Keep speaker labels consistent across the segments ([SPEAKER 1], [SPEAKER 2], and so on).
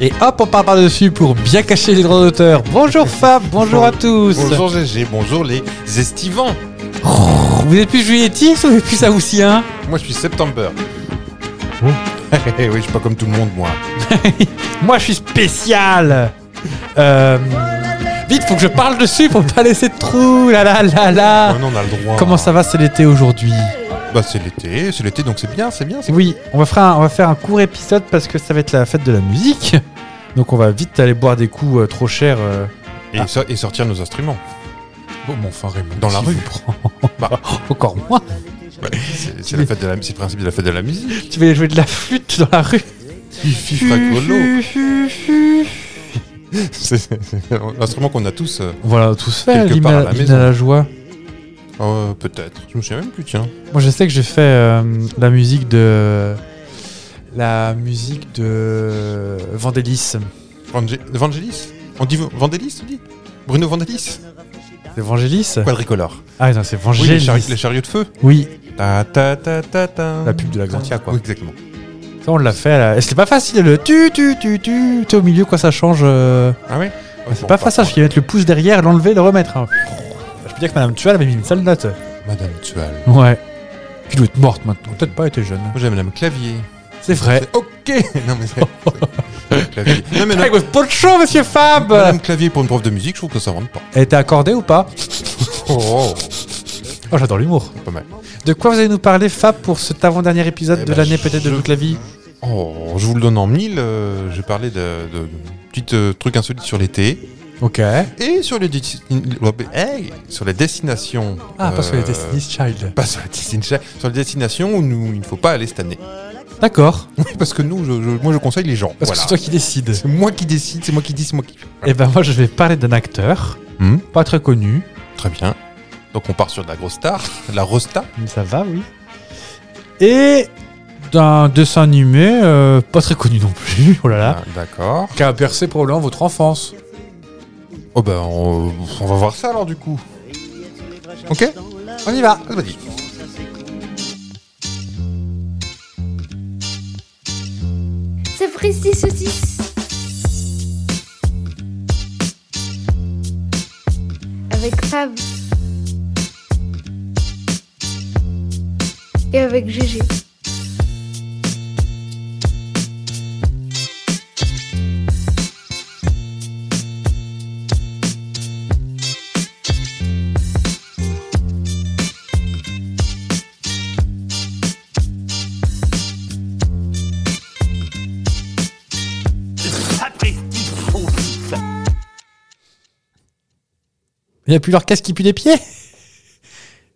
[SPEAKER 1] Et hop, on part par-dessus pour bien cacher les droits d'auteur. Bonjour Fab, bonjour à tous.
[SPEAKER 2] Bonjour GG, bonjour les estivants.
[SPEAKER 1] Oh, Vous êtes plus juilletistes ou vous êtes plus saoussien
[SPEAKER 2] Moi je suis September.
[SPEAKER 1] Oh.
[SPEAKER 2] oui, je suis pas comme tout le monde moi.
[SPEAKER 1] Moi, je suis spécial. Euh, vite, faut que je parle dessus pour pas laisser de trou. Là, là, là, là.
[SPEAKER 2] Ouais, non, on a le droit.
[SPEAKER 1] Ah.
[SPEAKER 2] hein.
[SPEAKER 1] Comment ça va, c'est l'été aujourd'hui
[SPEAKER 2] Bah c'est l'été, c'est l'été donc c'est bien, c'est bien. c'est-
[SPEAKER 1] Oui, on va, faire un, on va faire un court épisode parce que ça va être la fête de la musique. Donc on va vite aller boire des coups euh, trop chers. euh.
[SPEAKER 2] Et, so- et sortir nos instruments.
[SPEAKER 1] Bon, mais enfin, Raymond,
[SPEAKER 2] Dans la
[SPEAKER 1] s'il
[SPEAKER 2] rue.
[SPEAKER 1] vous prend.
[SPEAKER 2] Bah.
[SPEAKER 1] Encore moins.
[SPEAKER 2] C'est c'est la fête de la- c'est le principe de la fête de la musique.
[SPEAKER 1] Tu vas jouer de la flûte dans la rue.
[SPEAKER 2] Fifi fracolo. C'est c'est l'instrument qu'on a tous. euh,
[SPEAKER 1] Voilà, tout se fait,
[SPEAKER 2] Quelque part à
[SPEAKER 1] l'hymne
[SPEAKER 2] la
[SPEAKER 1] à- l'hymne
[SPEAKER 2] maison.
[SPEAKER 1] à la joie.
[SPEAKER 2] euh, Peut-être. Je me souviens même plus, tiens.
[SPEAKER 1] Moi, je sais que j'ai fait euh, la musique de. La musique de. Vandélis.
[SPEAKER 2] Vangé- Vangelis On dit Vangelis, tu dis Bruno Vangelis
[SPEAKER 1] C'est Vangelis
[SPEAKER 2] Quadricolore.
[SPEAKER 1] Ah non, c'est
[SPEAKER 2] Oui, les,
[SPEAKER 1] Vangelis.
[SPEAKER 2] chari-
[SPEAKER 1] Oui,
[SPEAKER 2] les chariots de feu. Ta ta ta ta ta.
[SPEAKER 1] La pub de la Xantia, quoi.
[SPEAKER 2] Oui, exactement.
[SPEAKER 1] ça on l'a fait. Là. Et c'était pas facile le tu tu tu tu. Tu sais, au milieu, quoi, ça change. euh,
[SPEAKER 2] Ah ouais
[SPEAKER 1] Ah, C'est pas facile, il faut mettre le pouce derrière, l'enlever, le remettre. hein. Je peux dire que Madame Tual avait mis une sale note.
[SPEAKER 2] Madame Tual. Moi
[SPEAKER 1] Ouais. Qui doit être morte maintenant. Peut-être pas, elle était jeune.
[SPEAKER 2] j'aime Madame Clavier.
[SPEAKER 1] C'est vrai.
[SPEAKER 2] C'est ok Non mais c'est- Clavier. Non mais
[SPEAKER 1] Avec
[SPEAKER 2] non.
[SPEAKER 1] votre pot de chaud, monsieur Fab
[SPEAKER 2] Madame Clavier pour une prof de musique, je trouve que ça rentre pas.
[SPEAKER 1] Elle était accordée ou pas
[SPEAKER 2] Oh,
[SPEAKER 1] Oh, j'adore l'humour.
[SPEAKER 2] pas mal.
[SPEAKER 1] De quoi vous allez nous parler, Fab, pour cet avant-dernier épisode
[SPEAKER 2] Eh
[SPEAKER 1] de
[SPEAKER 2] ben,
[SPEAKER 1] l'année,
[SPEAKER 2] je-
[SPEAKER 1] peut-être, de toute la vie
[SPEAKER 2] Oh, je vous le donne en mille. euh, je parlais de, de, petits euh, trucs insolites sur l'été
[SPEAKER 1] Ok.
[SPEAKER 2] et sur les, desti- hey, sur les destinations.
[SPEAKER 1] Ah, parce que
[SPEAKER 2] euh,
[SPEAKER 1] elle était Destiny's Child.
[SPEAKER 2] Pas sur les destinations, sur les destinations où nous, il ne faut pas aller cette année.
[SPEAKER 1] D'accord.
[SPEAKER 2] Oui, parce que nous, je, je- moi, je conseille les gens.
[SPEAKER 1] Parce
[SPEAKER 2] voilà.
[SPEAKER 1] que c'est toi qui décides.
[SPEAKER 2] C'est moi qui décide, c'est moi qui dis, c'est moi qui.
[SPEAKER 1] Eh ben, moi, je vais parler d'un acteur.
[SPEAKER 2] Hmm.
[SPEAKER 1] Pas très connu.
[SPEAKER 2] Très bien. Donc on part sur de la grosse star, de la rosta.
[SPEAKER 1] Mais ça va, oui. Et d'un dessin animé euh, pas très connu non plus. Oh là là.
[SPEAKER 2] Ah, D'accord.
[SPEAKER 1] Qui a percé probablement votre enfance.
[SPEAKER 2] Oh ben on, on va voir ça alors du coup. Ok
[SPEAKER 1] On y va.
[SPEAKER 2] Ah, Vas-y.
[SPEAKER 3] C'est Fristy Saucisse. Avec Fab. Et avec Gégé.
[SPEAKER 1] Il n'y a plus leur casque qui pue des pieds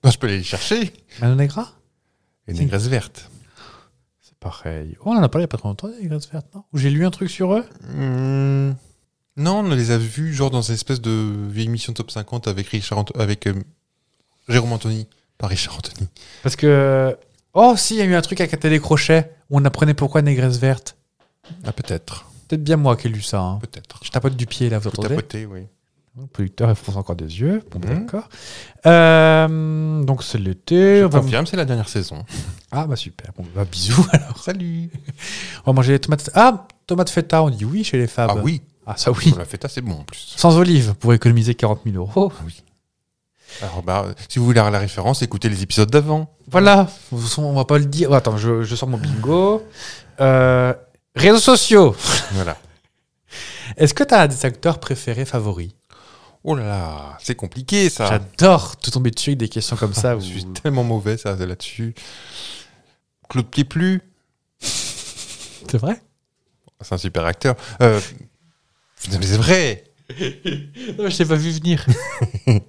[SPEAKER 2] Ben, je peux aller les chercher.
[SPEAKER 1] Manon Negra
[SPEAKER 2] Et négresse verte.
[SPEAKER 1] C'est pareil. Oh, on en a parlé il n'y a pas trop longtemps, les Grasses Vertes, non Ou j'ai lu un truc sur eux
[SPEAKER 2] Hmm. Non, on les a vus genre dans une espèce de vieille émission top 50 avec Richard Anto- avec euh, Jérôme Anthony. Pas Richard Anthony.
[SPEAKER 1] Parce que. Oh, si, il y a eu un truc avec un télécrochet où on apprenait pourquoi Négresse Verte.
[SPEAKER 2] Ah peut-être.
[SPEAKER 1] Peut-être bien moi qui ai lu ça. hein.
[SPEAKER 2] Peut-être.
[SPEAKER 1] Je tapote du pied là, vous
[SPEAKER 2] Faut
[SPEAKER 1] entendez
[SPEAKER 2] tapoter, oui.
[SPEAKER 1] Le producteur, il fronce encore des yeux. Bon, ben,
[SPEAKER 2] Mhm.
[SPEAKER 1] d'accord. Euh, donc, c'est l'été.
[SPEAKER 2] Je
[SPEAKER 1] on va-
[SPEAKER 2] confirme, c'est la dernière saison.
[SPEAKER 1] Ah, bah super. Bon, bah, bisous alors.
[SPEAKER 2] Salut.
[SPEAKER 1] On va manger des tomates. Ah, tomates feta, on dit oui chez les Fab.
[SPEAKER 2] Ah oui,
[SPEAKER 1] Ah, ça oui.
[SPEAKER 2] pour la feta c'est bon en plus.
[SPEAKER 1] Sans olives pour économiser 40 000 euros.
[SPEAKER 2] Alors bah, euh, si vous voulez avoir la référence, écoutez les épisodes d'avant.
[SPEAKER 1] Voilà, on va pas le dire. Oh, attends, je, je sors mon bingo. Euh, réseaux sociaux.
[SPEAKER 2] Voilà.
[SPEAKER 1] Est-ce que tu as des acteurs préférés favoris
[SPEAKER 2] Oh là là, c'est compliqué ça.
[SPEAKER 1] J'adore te tomber dessus avec des questions comme ça. où-
[SPEAKER 2] Je suis tellement mauvais ça là-dessus. Claude Pieplu,
[SPEAKER 1] C'est vrai
[SPEAKER 2] c'est un super acteur. Euh, putain, mais c'est vrai.
[SPEAKER 1] Non, je t'ai pas vu venir.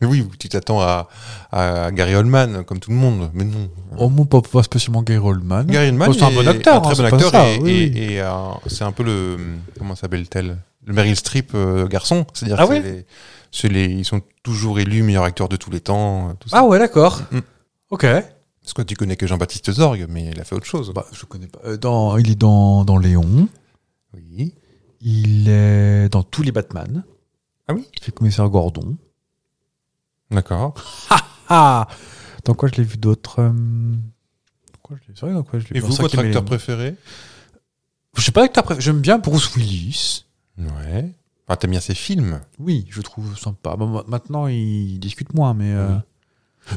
[SPEAKER 2] Oui, tu t'attends à, à Gary Oldman comme tout le monde, mais non.
[SPEAKER 1] oh, mon papa, pas spécialement Gary Oldman.
[SPEAKER 2] Gary Oldman,
[SPEAKER 1] Oh, c'est un
[SPEAKER 2] est
[SPEAKER 1] bon acteur,
[SPEAKER 2] un très
[SPEAKER 1] hein, c'est
[SPEAKER 2] bon
[SPEAKER 1] pas
[SPEAKER 2] acteur
[SPEAKER 1] ça,
[SPEAKER 2] et,
[SPEAKER 1] oui,
[SPEAKER 2] et-
[SPEAKER 1] oui.
[SPEAKER 2] et un- c'est un peu le comment s'appelle-t-elle Le Meryl Streep euh, garçon, c'est-à-dire
[SPEAKER 1] Ah
[SPEAKER 2] que c'est
[SPEAKER 1] oui
[SPEAKER 2] les- c'est les, ils sont toujours élus meilleur acteur de tous les temps. euh, Tout ça.
[SPEAKER 1] Ah ouais, d'accord.
[SPEAKER 2] Mm.
[SPEAKER 1] Ok.
[SPEAKER 2] Parce que tu connais que Jean-Baptiste Zorg, mais il a fait autre chose.
[SPEAKER 1] Bah, je connais pas. Euh, dans, il est dans, dans Léon.
[SPEAKER 2] Oui.
[SPEAKER 1] Il est dans tous les Batman.
[SPEAKER 2] Ah oui
[SPEAKER 1] Il fait commissaire Gordon.
[SPEAKER 2] D'accord.
[SPEAKER 1] Ah Dans quoi je l'ai vu d'autre Hum, dans quoi je l'ai- c'est vrai, dans quoi je l'ai
[SPEAKER 2] Et
[SPEAKER 1] dans
[SPEAKER 2] vous,
[SPEAKER 1] ça
[SPEAKER 2] votre
[SPEAKER 1] qui m'est-
[SPEAKER 2] acteur préféré
[SPEAKER 1] Je sais pas que t'as préféré. J'aime bien Bruce Willis.
[SPEAKER 2] Ouais. Enfin, t'aimes bien ces films.
[SPEAKER 1] Oui, je trouve sympa. Bon, ma- maintenant, il discute moins, mais. euh,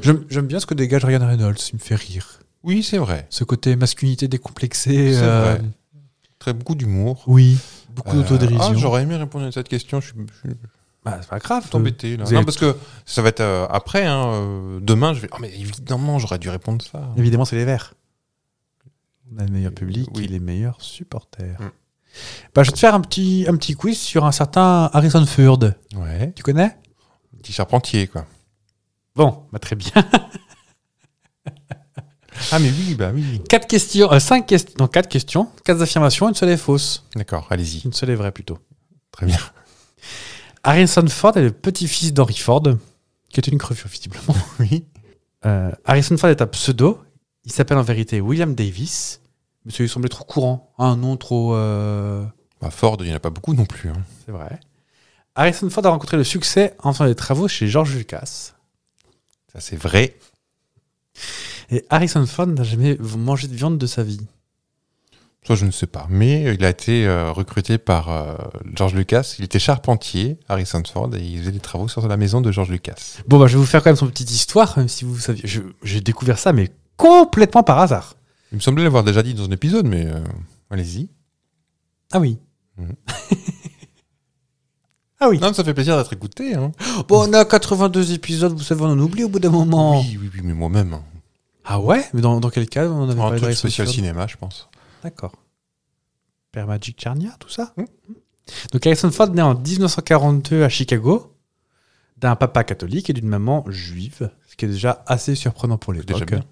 [SPEAKER 1] J'aime j'aime bien ce que dégage Ryan Reynolds. Il me fait rire.
[SPEAKER 2] Oui, c'est vrai.
[SPEAKER 1] Ce côté masculinité décomplexée.
[SPEAKER 2] C'est
[SPEAKER 1] euh,
[SPEAKER 2] vrai. Très beaucoup d'humour.
[SPEAKER 1] Oui. Beaucoup
[SPEAKER 2] Euh,
[SPEAKER 1] d'autodérision.
[SPEAKER 2] ah, j'aurais aimé répondre à cette question. Je suis, je suis
[SPEAKER 1] oh, Bah, c'est pas grave.
[SPEAKER 2] embêté. Là.
[SPEAKER 1] Vous
[SPEAKER 2] Non,
[SPEAKER 1] avez-
[SPEAKER 2] parce que ça va être euh, après. hein, euh, demain, je vais. Oh, mais évidemment, j'aurais dû répondre ça.
[SPEAKER 1] Évidemment, c'est les Verts. On a le meilleur public
[SPEAKER 2] Oui.
[SPEAKER 1] et les meilleurs supporters.
[SPEAKER 2] Mm.
[SPEAKER 1] Bah, je vais te faire un petit, un petit quiz sur un certain Harrison Ford.
[SPEAKER 2] Ouais.
[SPEAKER 1] Tu connais
[SPEAKER 2] Petit charpentier, quoi.
[SPEAKER 1] Bon, bah, très bien.
[SPEAKER 2] Ah, mais oui, bah oui.
[SPEAKER 1] Quatre questions, euh, cinq questions, non, quatre questions, quatre affirmations, une seule est fausse.
[SPEAKER 2] D'accord, allez-y.
[SPEAKER 1] Une seule est vraie plutôt.
[SPEAKER 2] Très bien.
[SPEAKER 1] Harrison Ford est le petit-fils d'Henry Ford, qui est une crevure, visiblement.
[SPEAKER 2] Oui.
[SPEAKER 1] Euh, Harrison Ford est un pseudo. Il s'appelle en vérité William Davis, mais ça lui semblait trop courant. Un nom trop. euh,
[SPEAKER 2] Bah, Ford, il n'y en a pas beaucoup non plus. hein.
[SPEAKER 1] C'est vrai. Harrison Ford a rencontré le succès en faisant des travaux chez George Lucas.
[SPEAKER 2] Ça, c'est vrai.
[SPEAKER 1] Et Harrison Ford n'a jamais mangé de viande de sa vie.
[SPEAKER 2] Ça, je ne sais pas. Mais il a été euh, recruté par euh, George Lucas. Il était charpentier, Harrison Ford, et il faisait des travaux sur la maison de George Lucas.
[SPEAKER 1] Bon, bah, je vais vous faire quand même son petite histoire, même si vous saviez. je- J'ai découvert ça, mais complètement par hasard.
[SPEAKER 2] Il me semblait l'avoir déjà dit dans un épisode, mais euh, allez-y.
[SPEAKER 1] Ah oui.
[SPEAKER 2] Mhm.
[SPEAKER 1] ah oui.
[SPEAKER 2] Non, mais ça fait plaisir d'être écouté. hein.
[SPEAKER 1] Bon, on a 82 épisodes, vous savez, on en oublie au bout d'un moment.
[SPEAKER 2] Oui, oui, oui, mais moi-même. hein.
[SPEAKER 1] Ah ouais Mais dans, dans quel cas on en avait
[SPEAKER 2] Un
[SPEAKER 1] parlé
[SPEAKER 2] truc
[SPEAKER 1] d'Harrison
[SPEAKER 2] spécial
[SPEAKER 1] Ford
[SPEAKER 2] cinéma, je pense.
[SPEAKER 1] D'accord. Père Magic Charnia, tout ça
[SPEAKER 2] Mhm.
[SPEAKER 1] Donc Harrison Ford né en 1942 à Chicago, d'un papa catholique et d'une maman juive, ce qui est déjà assez surprenant pour
[SPEAKER 2] C'est déjà
[SPEAKER 1] l'époque.
[SPEAKER 2] bien.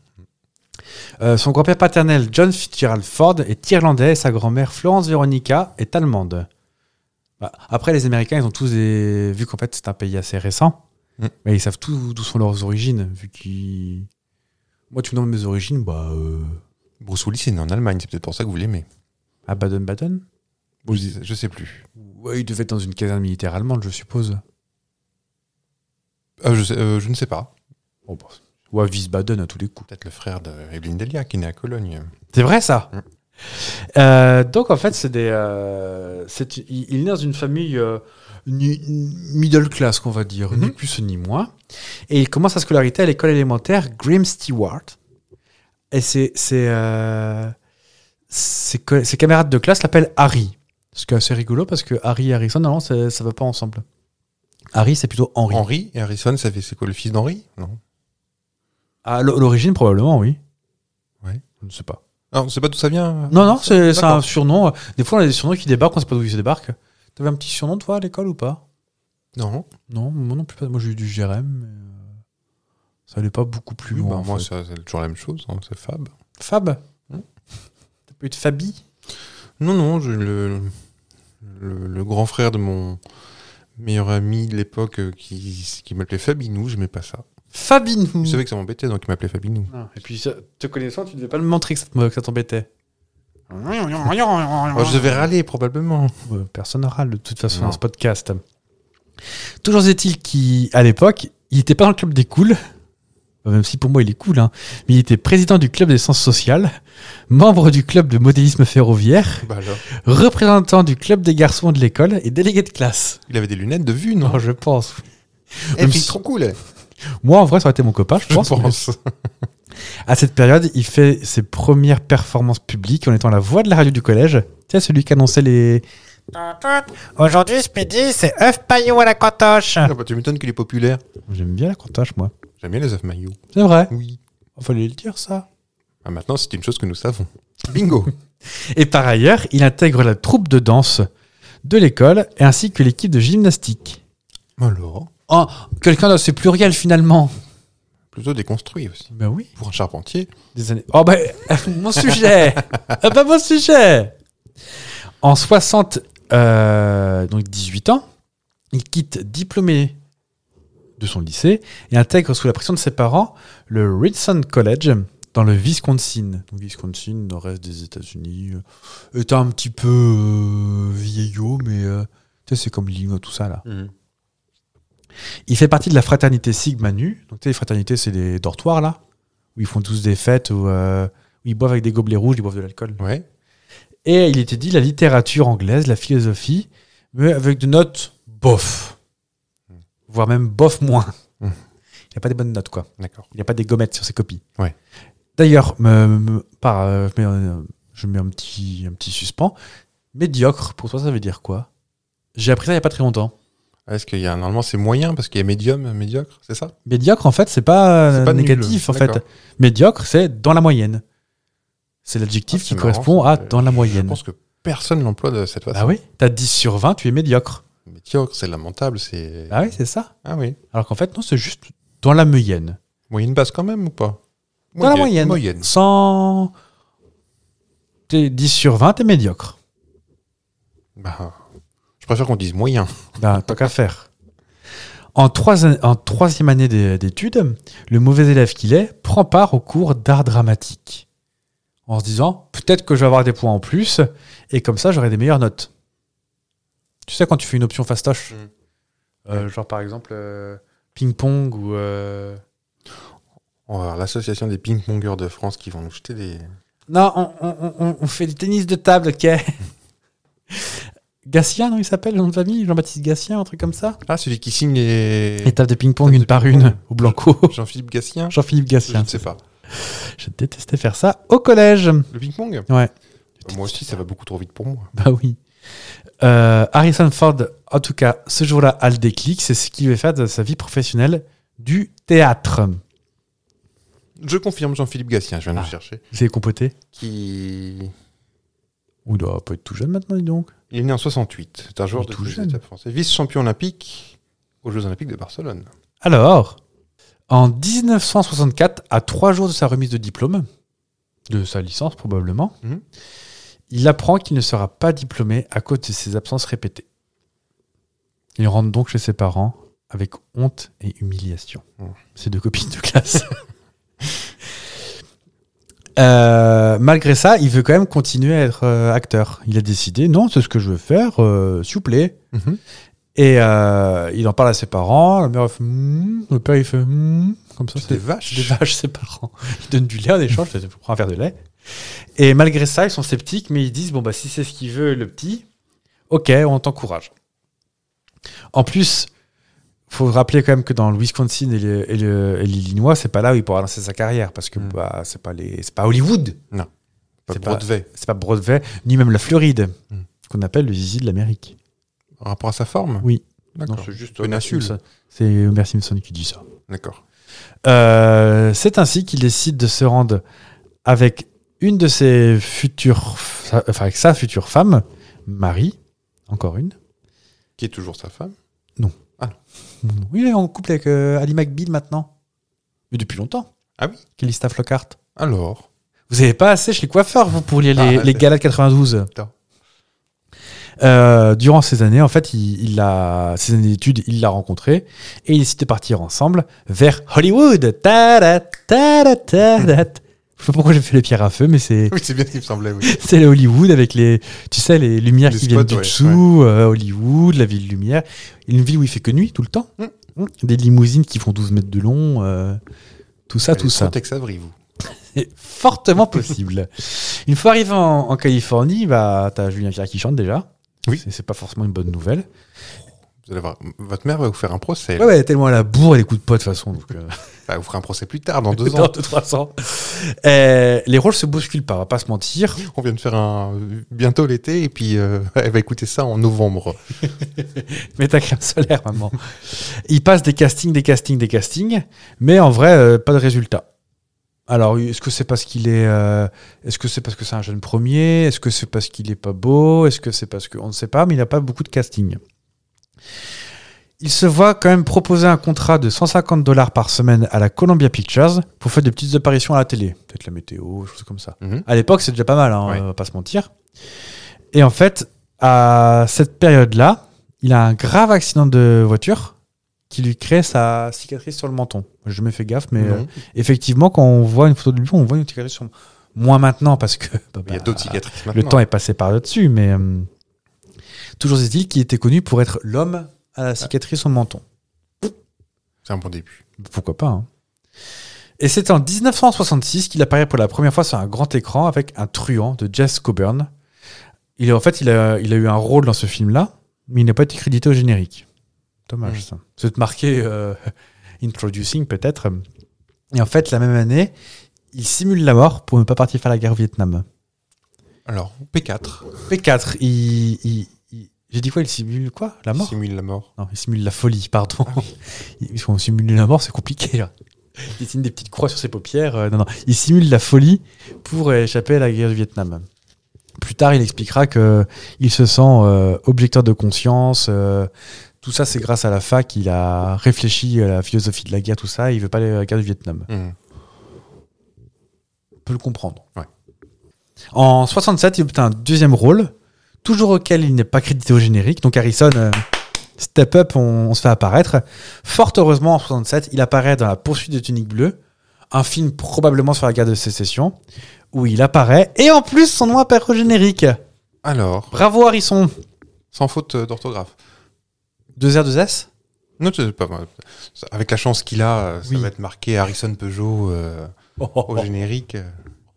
[SPEAKER 1] Euh, son grand-père paternel, John Fitzgerald Ford, est irlandais et sa grand-mère, Florence Veronica, est allemande. Bah, après, les Américains, ils ont tous des... Vu qu'en fait, c'est un pays assez récent,
[SPEAKER 2] Mm.
[SPEAKER 1] mais ils savent tous d'où sont leurs origines, vu qu'ils... Moi, tu me demandes mes origines, bah... euh,
[SPEAKER 2] Bruce Willis est né en Allemagne, c'est peut-être pour ça que vous l'aimez.
[SPEAKER 1] à Baden-Baden
[SPEAKER 2] Je dis- Je sais plus.
[SPEAKER 1] Ouais, il devait être dans une caserne militaire allemande, je suppose.
[SPEAKER 2] Euh, je, sais- euh, je ne sais pas.
[SPEAKER 1] Bon, bah, ou à Wiesbaden à tous les coups.
[SPEAKER 2] Peut-être le frère d'Evelyne Delia qui est né à Cologne.
[SPEAKER 1] C'est vrai ça.
[SPEAKER 2] Mm.
[SPEAKER 1] Euh, donc en fait, c'est des. euh, c'est- il il est né dans une famille euh, ni- middle class, qu'on va dire, ni
[SPEAKER 2] Mhm.
[SPEAKER 1] plus ni moins. Et il commence sa scolarité à l'école élémentaire Grim Stewart. Et ses, ses, euh, ses co- ses camarades de classe l'appellent Harry. Ce qui est assez rigolo parce que Harry et Harrison, non, ça ne va pas ensemble. Harry, c'est plutôt Henry.
[SPEAKER 2] Henri et Harrison, ça fait- c'est quoi le fils d'Henri Non.
[SPEAKER 1] À l'o- l'origine, probablement, oui.
[SPEAKER 2] Ouais.
[SPEAKER 1] Je ne sais pas.
[SPEAKER 2] Non, c'est pas d'où ça vient. euh,
[SPEAKER 1] Non, non, c'est c'est
[SPEAKER 2] D'accord.
[SPEAKER 1] un surnom. euh, Des fois, on a des surnoms qui débarquent, on sait pas d'où ils débarquent. T'avais un petit surnom, toi, à l'école ou pas
[SPEAKER 2] Non.
[SPEAKER 1] Non, moi non plus pas. Moi, j'ai eu du GRM, mais euh, ça allait pas beaucoup plus
[SPEAKER 2] Oui,
[SPEAKER 1] loin.
[SPEAKER 2] bah,
[SPEAKER 1] en
[SPEAKER 2] moi,
[SPEAKER 1] fait. Hein
[SPEAKER 2] ça- c'est toujours la même chose, hein, c'est Fab.
[SPEAKER 1] Fab
[SPEAKER 2] Hmm.
[SPEAKER 1] T'as pas eu de Fabi
[SPEAKER 2] Non, non, j'ai le, le, le grand frère de mon meilleur ami de l'époque euh, qui, qui m'appelait Fabinou, j'aimais pas ça.
[SPEAKER 1] Fabinou
[SPEAKER 2] Il savait que ça m'embêtait, donc il m'appelait Fabinou.
[SPEAKER 1] Ah, Et puis, ça- te connaissant, tu devais pas me montrer que ça te- que ça t'embêtait.
[SPEAKER 2] Oh, je devais râler, probablement.
[SPEAKER 1] Euh, Personne n'aura de toute façon
[SPEAKER 2] Non.
[SPEAKER 1] dans ce podcast. Toujours est-il qu'à l'époque, il n'était pas dans le club des cools, euh, même si pour moi il est cool, hein, mais il était président du club des sciences sociales, membre du club de modélisme ferroviaire,
[SPEAKER 2] Bah alors.
[SPEAKER 1] représentant du club des garçons de l'école et délégué de classe.
[SPEAKER 2] Il avait des lunettes de vue, non
[SPEAKER 1] Non, je pense.
[SPEAKER 2] Eh,
[SPEAKER 1] même
[SPEAKER 2] Oh. puis
[SPEAKER 1] si-
[SPEAKER 2] trop cool
[SPEAKER 1] Moi, en vrai, ça aurait été mon copain, je
[SPEAKER 2] Je
[SPEAKER 1] pense. mais-
[SPEAKER 2] pense.
[SPEAKER 1] À cette période, il fait ses premières performances publiques en étant la voix de la radio du collège. Tu sais, celui qui annonçait les. Aujourd'hui, ce midi, c'est œuf paillot à la cantoche.
[SPEAKER 2] Ah bah, tu m'étonnes qu'il est populaire.
[SPEAKER 1] J'aime bien la cantoche, moi.
[SPEAKER 2] J'aime bien les œufs maillots.
[SPEAKER 1] C'est vrai. Oh,
[SPEAKER 2] Oui.
[SPEAKER 1] Fallait le dire, ça.
[SPEAKER 2] Ah, maintenant, c'est une chose que nous savons. Bingo
[SPEAKER 1] Et par ailleurs, il intègre la troupe de danse de l'école ainsi que l'équipe de gymnastique.
[SPEAKER 2] Alors
[SPEAKER 1] Oh, quelqu'un d'assez pluriel, finalement.
[SPEAKER 2] Plutôt déconstruit aussi.
[SPEAKER 1] Ben oui.
[SPEAKER 2] Pour un charpentier,
[SPEAKER 1] Des années. Oh ben, mon sujet Ah ben, mon sujet En 60, euh, donc 18 ans, il quitte diplômé de son lycée et intègre sous la pression de ses parents le Ritson College dans le Wisconsin. Donc Wisconsin, nord-est des États-Unis, euh, est un petit peu euh, vieillot, mais euh, tu sais, c'est comme l'Illinois, tout ça là. Il fait partie de la fraternité Sigma Nu. Donc, tu sais, les fraternités, c'est des dortoirs, là, où ils font tous des fêtes, où, euh, où ils boivent avec des gobelets rouges, ils boivent de l'alcool.
[SPEAKER 2] ouais.
[SPEAKER 1] Et il était dit la littérature anglaise, la philosophie, mais avec des notes bof, voire même bof moins.
[SPEAKER 2] Mm.
[SPEAKER 1] Il n'a pas des bonnes notes, quoi.
[SPEAKER 2] D'accord.
[SPEAKER 1] Il n'y a pas des gommettes sur ses copies.
[SPEAKER 2] Ouais.
[SPEAKER 1] D'ailleurs, me- me- par, euh, je mets, un- je mets un petit, un petit suspens. Médiocre, pour toi, ça veut dire quoi J'ai appris ça il n'y a pas très longtemps.
[SPEAKER 2] Ah, Est-ce qu'il y a normalement c'est moyen parce qu'il y a médium, médiocre, c'est ça
[SPEAKER 1] Médiocre, en fait, c'est pas,
[SPEAKER 2] C'est
[SPEAKER 1] euh,
[SPEAKER 2] pas nul,
[SPEAKER 1] négatif. En fait,
[SPEAKER 2] d'accord.
[SPEAKER 1] médiocre, c'est dans la moyenne. C'est l'adjectif
[SPEAKER 2] Ah,
[SPEAKER 1] qui
[SPEAKER 2] c'est
[SPEAKER 1] correspond
[SPEAKER 2] marrant,
[SPEAKER 1] à
[SPEAKER 2] ça.
[SPEAKER 1] dans la
[SPEAKER 2] Je
[SPEAKER 1] moyenne.
[SPEAKER 2] pense que personne l'emploie de cette façon.
[SPEAKER 1] Bah oui, t'as 10 sur 20, tu es médiocre.
[SPEAKER 2] Médiocre, c'est lamentable, c'est.
[SPEAKER 1] Bah oui, c'est ça.
[SPEAKER 2] Ah oui.
[SPEAKER 1] Alors qu'en fait, non, c'est juste dans la moyenne.
[SPEAKER 2] Moyenne basse quand même ou pas
[SPEAKER 1] Dans la moyenne.
[SPEAKER 2] Moyenne.
[SPEAKER 1] Sans. T'es 10 sur 20, t'es médiocre.
[SPEAKER 2] Bah, je préfère qu'on dise moyen.
[SPEAKER 1] Ben, tant qu'à faire. En, trois- en troisième année d'é- d'études, le mauvais élève qu'il est prend part au cours d'art dramatique. En se disant, peut-être que je vais avoir des points en plus, et comme ça, j'aurai des meilleures notes. Tu sais, quand tu fais une option fastoche, euh, genre par exemple euh, ping-pong ou. euh,
[SPEAKER 2] On va voir l'association des ping-pongers de France qui vont nous jeter des.
[SPEAKER 1] Non, on, on- on- on fait du tennis de table, ok. Gatien, non, il s'appelle, le nom de famille Jean-Baptiste Gatien, un truc comme ça
[SPEAKER 2] Ah, celui qui signe les.
[SPEAKER 1] Les tables de ping-pong une par une, au Blanco.
[SPEAKER 2] Jean-Philippe Gassien
[SPEAKER 1] Jean-Philippe
[SPEAKER 2] Je
[SPEAKER 1] Gatien.
[SPEAKER 2] ne sais pas.
[SPEAKER 1] Je détestais faire ça au collège.
[SPEAKER 2] Le ping-pong
[SPEAKER 1] Ouais.
[SPEAKER 2] Euh, Moi aussi, ça va beaucoup trop vite pour moi.
[SPEAKER 1] Bah oui. Euh, Harrison Ford, en tout cas, ce jour-là, a le déclic. C'est ce qu'il veut faire de sa vie professionnelle du théâtre.
[SPEAKER 2] Je confirme Jean-Philippe Gassien, je viens de
[SPEAKER 1] Ah.
[SPEAKER 2] le chercher.
[SPEAKER 1] C'est compoté.
[SPEAKER 2] Qui.
[SPEAKER 1] Ou il doit pas être tout jeune maintenant, dis donc.
[SPEAKER 2] Il est né en 68. C'est un joueur
[SPEAKER 1] Il est
[SPEAKER 2] de
[SPEAKER 1] tout
[SPEAKER 2] tennis
[SPEAKER 1] jeune.
[SPEAKER 2] d'étape français. Vice-champion olympique aux Jeux Olympiques de Barcelone.
[SPEAKER 1] Alors, en 1964, à trois jours de sa remise de diplôme, de sa licence probablement,
[SPEAKER 2] Mhm.
[SPEAKER 1] il apprend qu'il ne sera pas diplômé à cause de ses absences répétées. Il rentre donc chez ses parents avec honte et humiliation.
[SPEAKER 2] Mhm.
[SPEAKER 1] Ses deux copines de classe. Euh, malgré ça, il veut quand même continuer à être euh, acteur. Il a décidé, non, c'est ce que je veux faire, euh, s'il vous plaît.
[SPEAKER 2] Mhm.
[SPEAKER 1] Et euh, il en parle à ses parents. La mère elle fait Hmm le père il fait Hmm comme ça.
[SPEAKER 2] Des
[SPEAKER 1] C'est
[SPEAKER 2] vaches.
[SPEAKER 1] des vaches, ses parents. Ils donnent du lait en échange. Je prends un verre de lait. Et malgré ça, ils sont sceptiques, mais ils disent bon bah si c'est ce qu'il veut le petit, ok, on t'encourage. En plus, faut rappeler quand même que dans le Wisconsin et le- et le- et l'Illinois, c'est pas là où il pourra lancer sa carrière parce que
[SPEAKER 2] Mm.
[SPEAKER 1] bah c'est pas les, c'est pas Hollywood,
[SPEAKER 2] Pas
[SPEAKER 1] c'est
[SPEAKER 2] Broadway.
[SPEAKER 1] c'est pas Broadway, ni même la Floride,
[SPEAKER 2] Mm.
[SPEAKER 1] qu'on appelle le zizi de l'Amérique.
[SPEAKER 2] En rapport à sa forme
[SPEAKER 1] Oui.
[SPEAKER 2] D'accord.
[SPEAKER 1] Non, c'est juste
[SPEAKER 2] Une
[SPEAKER 1] Homer
[SPEAKER 2] insulte.
[SPEAKER 1] Simpson. C'est Homer Simpson qui dit ça.
[SPEAKER 2] D'accord.
[SPEAKER 1] Euh, c'est ainsi qu'il décide de se rendre avec une de ses futures, fa- enfin avec sa future femme, Marie, encore une.
[SPEAKER 2] Qui est toujours sa femme
[SPEAKER 1] Oui, il est en couple avec euh, Ali McBeal maintenant, mais depuis longtemps.
[SPEAKER 2] Ah oui
[SPEAKER 1] Calista Flockhart.
[SPEAKER 2] Alors
[SPEAKER 1] Vous n'avez pas assez chez les coiffeurs, vous, pour les, les,
[SPEAKER 2] Ah,
[SPEAKER 1] les
[SPEAKER 2] c'est-
[SPEAKER 1] galas de 92.
[SPEAKER 2] Putain.
[SPEAKER 1] Euh, durant ces années, en fait, il, il a, ces années d'études, il l'a rencontré et ils décident de partir ensemble vers Hollywood. Ta-da, ta-da,
[SPEAKER 2] Hmm.
[SPEAKER 1] ta-da. Je sais pas pourquoi j'ai fait les pierres à feu, mais c'est
[SPEAKER 2] Oui, c'est bien ce qui me semblait, oui.
[SPEAKER 1] c'est le Hollywood avec les, tu sais, les lumières
[SPEAKER 2] Les
[SPEAKER 1] qui viennent
[SPEAKER 2] spots,
[SPEAKER 1] du
[SPEAKER 2] ouais,
[SPEAKER 1] dessous, euh, Hollywood, la ville lumière. Une ville où il fait que nuit tout le temps.
[SPEAKER 2] Mm.
[SPEAKER 1] Mm. Des limousines qui font 12 mêtres de long, euh, tout ça, tout ça.
[SPEAKER 2] Tex Avery, vous.
[SPEAKER 1] C'est fortement possible. une fois arrivé en, en Californie, bah, t'as Julien Pierre qui chante déjà.
[SPEAKER 2] Oui.
[SPEAKER 1] C'est- C'est pas forcément une bonne nouvelle.
[SPEAKER 2] Vous allez voir, votre mère va vous faire un procès.
[SPEAKER 1] Ouais, ouais, tellement à la bourre, elle écoute pas de toute façon. Donc, euh,
[SPEAKER 2] Enfin, elle vous fera un procès plus tard, dans deux
[SPEAKER 1] dans
[SPEAKER 2] ans.
[SPEAKER 1] deux, trois ans. Euh, les rôles se bousculent pas, on va pas se mentir.
[SPEAKER 2] On vient de faire un... euh, bientôt l'été, et puis euh, elle va écouter ça en novembre.
[SPEAKER 1] Mais ta crème solaire, maman. Il passe des castings, des castings, des castings, mais en vrai, euh, pas de résultat. Alors, est-ce que c'est parce qu'il est, euh, est-ce que c'est parce que c'est un jeune premier, est-ce que c'est parce qu'il est pas beau, est-ce que c'est parce que on ne sait pas, mais il n'a pas beaucoup de casting. Il se voit quand même proposer un contrat de 150 dollars par semaine à la Columbia Pictures pour faire des petites apparitions à la télé, peut-être la météo, choses comme ça.
[SPEAKER 2] Mhm.
[SPEAKER 1] À l'époque, c'est déjà pas mal, hein,
[SPEAKER 2] Ouais.
[SPEAKER 1] on va pas se mentir. Et en fait, à cette période-là, il a un grave accident de voiture qui lui crée sa cicatrice sur le menton. Je me fais gaffe, mais euh,
[SPEAKER 2] Non.
[SPEAKER 1] effectivement, quand on voit une photo de lui, on voit une cicatrice sur moins maintenant parce que bah,
[SPEAKER 2] Il y a
[SPEAKER 1] bah,
[SPEAKER 2] d'autres cicatrices maintenant.
[SPEAKER 1] le temps est passé par là-dessus. Mais euh, toujours est-il qu'il était connu pour être l'homme à la cicatrice sur le menton.
[SPEAKER 2] C'est un bon début.
[SPEAKER 1] Pourquoi pas hein. Et c'est en 1966 qu'il apparaît pour la première fois sur un grand écran avec un truand de Jess Coburn Il, est- en fait, il a, il a eu un rôle dans ce film-là, mais il n'a pas été crédité au générique. Dommage,
[SPEAKER 2] Mm.
[SPEAKER 1] ça. C'est marqué euh, Introducing, peut-être. Et en fait, la même année, il simule la mort pour ne pas partir faire la guerre au Vietnam.
[SPEAKER 2] Alors, P4.
[SPEAKER 1] P4, il. il- il- J'ai dit quoi Il simule quoi La mort
[SPEAKER 2] Simule la mort.
[SPEAKER 1] Non, il simule la folie, pardon. Il- Parce qu'on simule la mort, c'est compliqué. là. Il dessine des petites croix sur ses paupières. euh, non, non. Il simule la folie pour échapper à la guerre du Vietnam. Plus tard, il expliquera que il se sent euh, objecteur de conscience. euh, tout ça, c'est grâce à la fac qu'il a réfléchi à la philosophie de la guerre, tout ça. et il veut pas aller à la guerre du Vietnam.
[SPEAKER 2] Hum.
[SPEAKER 1] On peut le comprendre.
[SPEAKER 2] Ouais.
[SPEAKER 1] En 67, il obtient un deuxième rôle, toujours auquel il n'est pas crédité au générique. Donc Harrison, euh, step up, on, on se fait apparaître. Fort heureusement, en 67, il apparaît dans La poursuite de Tunique Bleue, un film probablement sur la guerre de sécession, où il apparaît, et en plus, son nom apparaît au générique.
[SPEAKER 2] Alors,
[SPEAKER 1] Bravo Harrison
[SPEAKER 2] sans faute euh, d'orthographe.
[SPEAKER 1] 2R2S
[SPEAKER 2] Non, c'est pas mal. Ça- Avec la chance qu'il a, euh, ça
[SPEAKER 1] Oui.
[SPEAKER 2] va être marqué Harrison Peugeot euh,
[SPEAKER 1] Oh,
[SPEAKER 2] au générique. euh,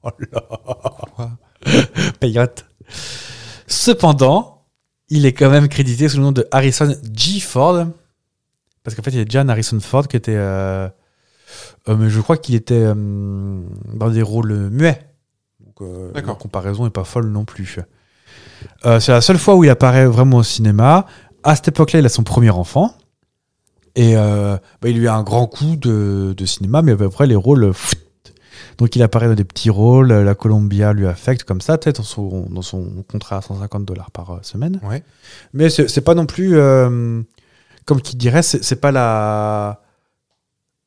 [SPEAKER 2] quoi.
[SPEAKER 1] payotte. Cependant, il est quand même crédité sous le nom de Harrison G. Ford. Parce qu'en fait, il y a déjà un Harrison Ford qui était. euh, euh, mais je crois qu'il était euh, dans des rôles muets. Donc, euh, la
[SPEAKER 2] D'accord.
[SPEAKER 1] comparaison est pas folle non plus. Euh, c'est la seule fois où il apparaît vraiment au cinéma. À cette époque-là, il a son premier enfant. Et euh, bah, il lui a un grand coup de, de cinéma, mais à peu près les rôles. pfft. Donc il apparaît dans des petits rôles, euh, la Columbia lui affecte comme ça, peut-être dans son, dans son contrat à 150 dollars par euh, semaine.
[SPEAKER 2] Ouais.
[SPEAKER 1] Mais c'est c'est pas non plus, euh, comme qui dirait, c'est c'est pas la.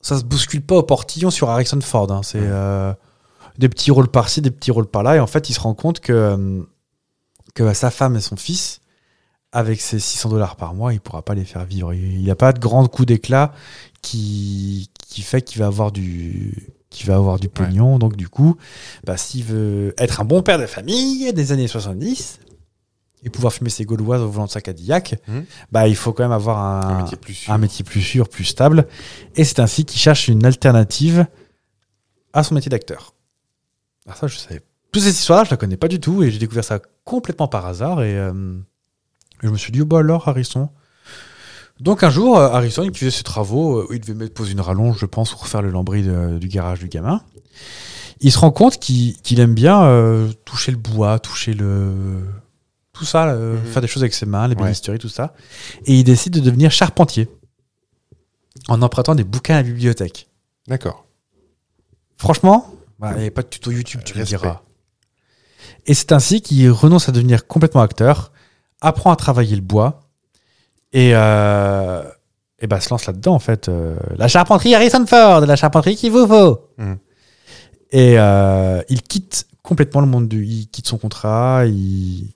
[SPEAKER 1] Ça se bouscule pas au portillon sur Harrison Ford. hein. C'est euh, des petits rôles par-ci, des petits rôles par-là. Et en fait, il se rend compte que, euh, que sa femme et son fils avec ses 600 dollars par mois, il pourra pas les faire vivre. Il n'a pas de grand coup d'éclat qui, qui fait qu'il va avoir du qui va avoir du pognon. Donc du coup, bah, s'il veut être un bon père de famille des années 70 et pouvoir fumer ses gauloises au volant de sa Cadillac,
[SPEAKER 2] Mhm.
[SPEAKER 1] bah, il faut quand même avoir
[SPEAKER 2] Un
[SPEAKER 1] un,
[SPEAKER 2] métier plus sûr.
[SPEAKER 1] un métier plus sûr, plus stable. Et c'est ainsi qu'il cherche une alternative à son métier d'acteur. Alors ça, je savais. Toutes ces histoires-là, je la connais pas du tout et j'ai découvert ça complètement par hasard. Et euh, je me suis dit, oh, bah alors, Harrison. Donc un jour, euh, Harrison, il faisait ses travaux, euh, où il devait mettre, poser une rallonge, je pense, pour refaire le lambris de- du garage du gamin. Il se rend compte qu'il qu'il aime bien euh, toucher le bois, toucher le... Tout ça, euh,
[SPEAKER 2] Mhm.
[SPEAKER 1] faire des choses avec ses mains, les
[SPEAKER 2] Ouais.
[SPEAKER 1] bénisteries, tout ça et il décide de devenir charpentier en empruntant des bouquins à la bibliothèque.
[SPEAKER 2] D'accord.
[SPEAKER 1] Franchement, bah, il n'y avait pas de tuto YouTube, tu me
[SPEAKER 2] Respect.
[SPEAKER 1] diras. Et c'est ainsi qu'il renonce à devenir complètement acteur, apprend à travailler le bois et, euh, et bah, se lance là-dedans en fait. Euh, la charpenterie Harrison Ford, la charpenterie qu'il vous faut.
[SPEAKER 2] Mm.
[SPEAKER 1] Et euh, il quitte complètement le monde du. Il quitte son contrat, il,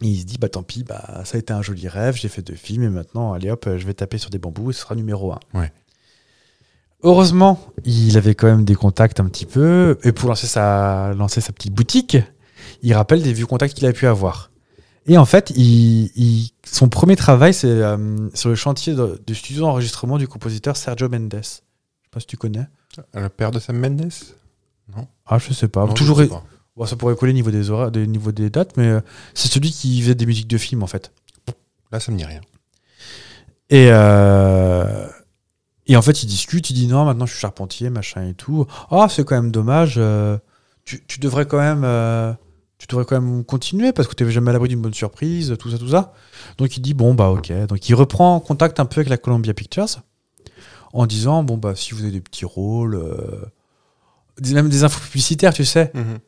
[SPEAKER 1] il se dit bah tant pis, bah, ça a été un joli rêve, j'ai fait deux films et maintenant, allez hop, je vais taper sur des bambous et ce sera numéro un. Heureusement, il avait quand même des contacts un petit peu. Et pour lancer sa, lancer sa petite boutique, il rappelle des vieux contacts qu'il a pu avoir. Et en fait, il- il- son premier travail, c'est euh, sur le chantier de- du studio d'enregistrement du compositeur Sergio Mendes. Je sais pas si tu connais.
[SPEAKER 2] Euh, Le père de Sam Mendes
[SPEAKER 1] Ah, je sais pas.
[SPEAKER 2] Non, je
[SPEAKER 1] Toujours,
[SPEAKER 2] sais pas.
[SPEAKER 1] Bon, ça pourrait coller au niveau des, horaires, des, niveau des dates, mais euh, c'est celui qui faisait des musiques de films, en fait.
[SPEAKER 2] Là, ça me dit rien.
[SPEAKER 1] Et, euh, et en fait, il discute, il dit non, maintenant je suis charpentier, machin et tout. Ah, c'est quand même dommage. euh, tu, tu devrais quand même, euh, tu devrais quand même continuer parce que tu n'es jamais à l'abri d'une bonne surprise, tout ça, tout ça. Donc il dit bon bah ok. Donc il reprend contact un peu avec la Columbia Pictures en disant bon bah si vous avez des petits rôles, euh, des- même des infos publicitaires, tu sais.
[SPEAKER 2] Mhm.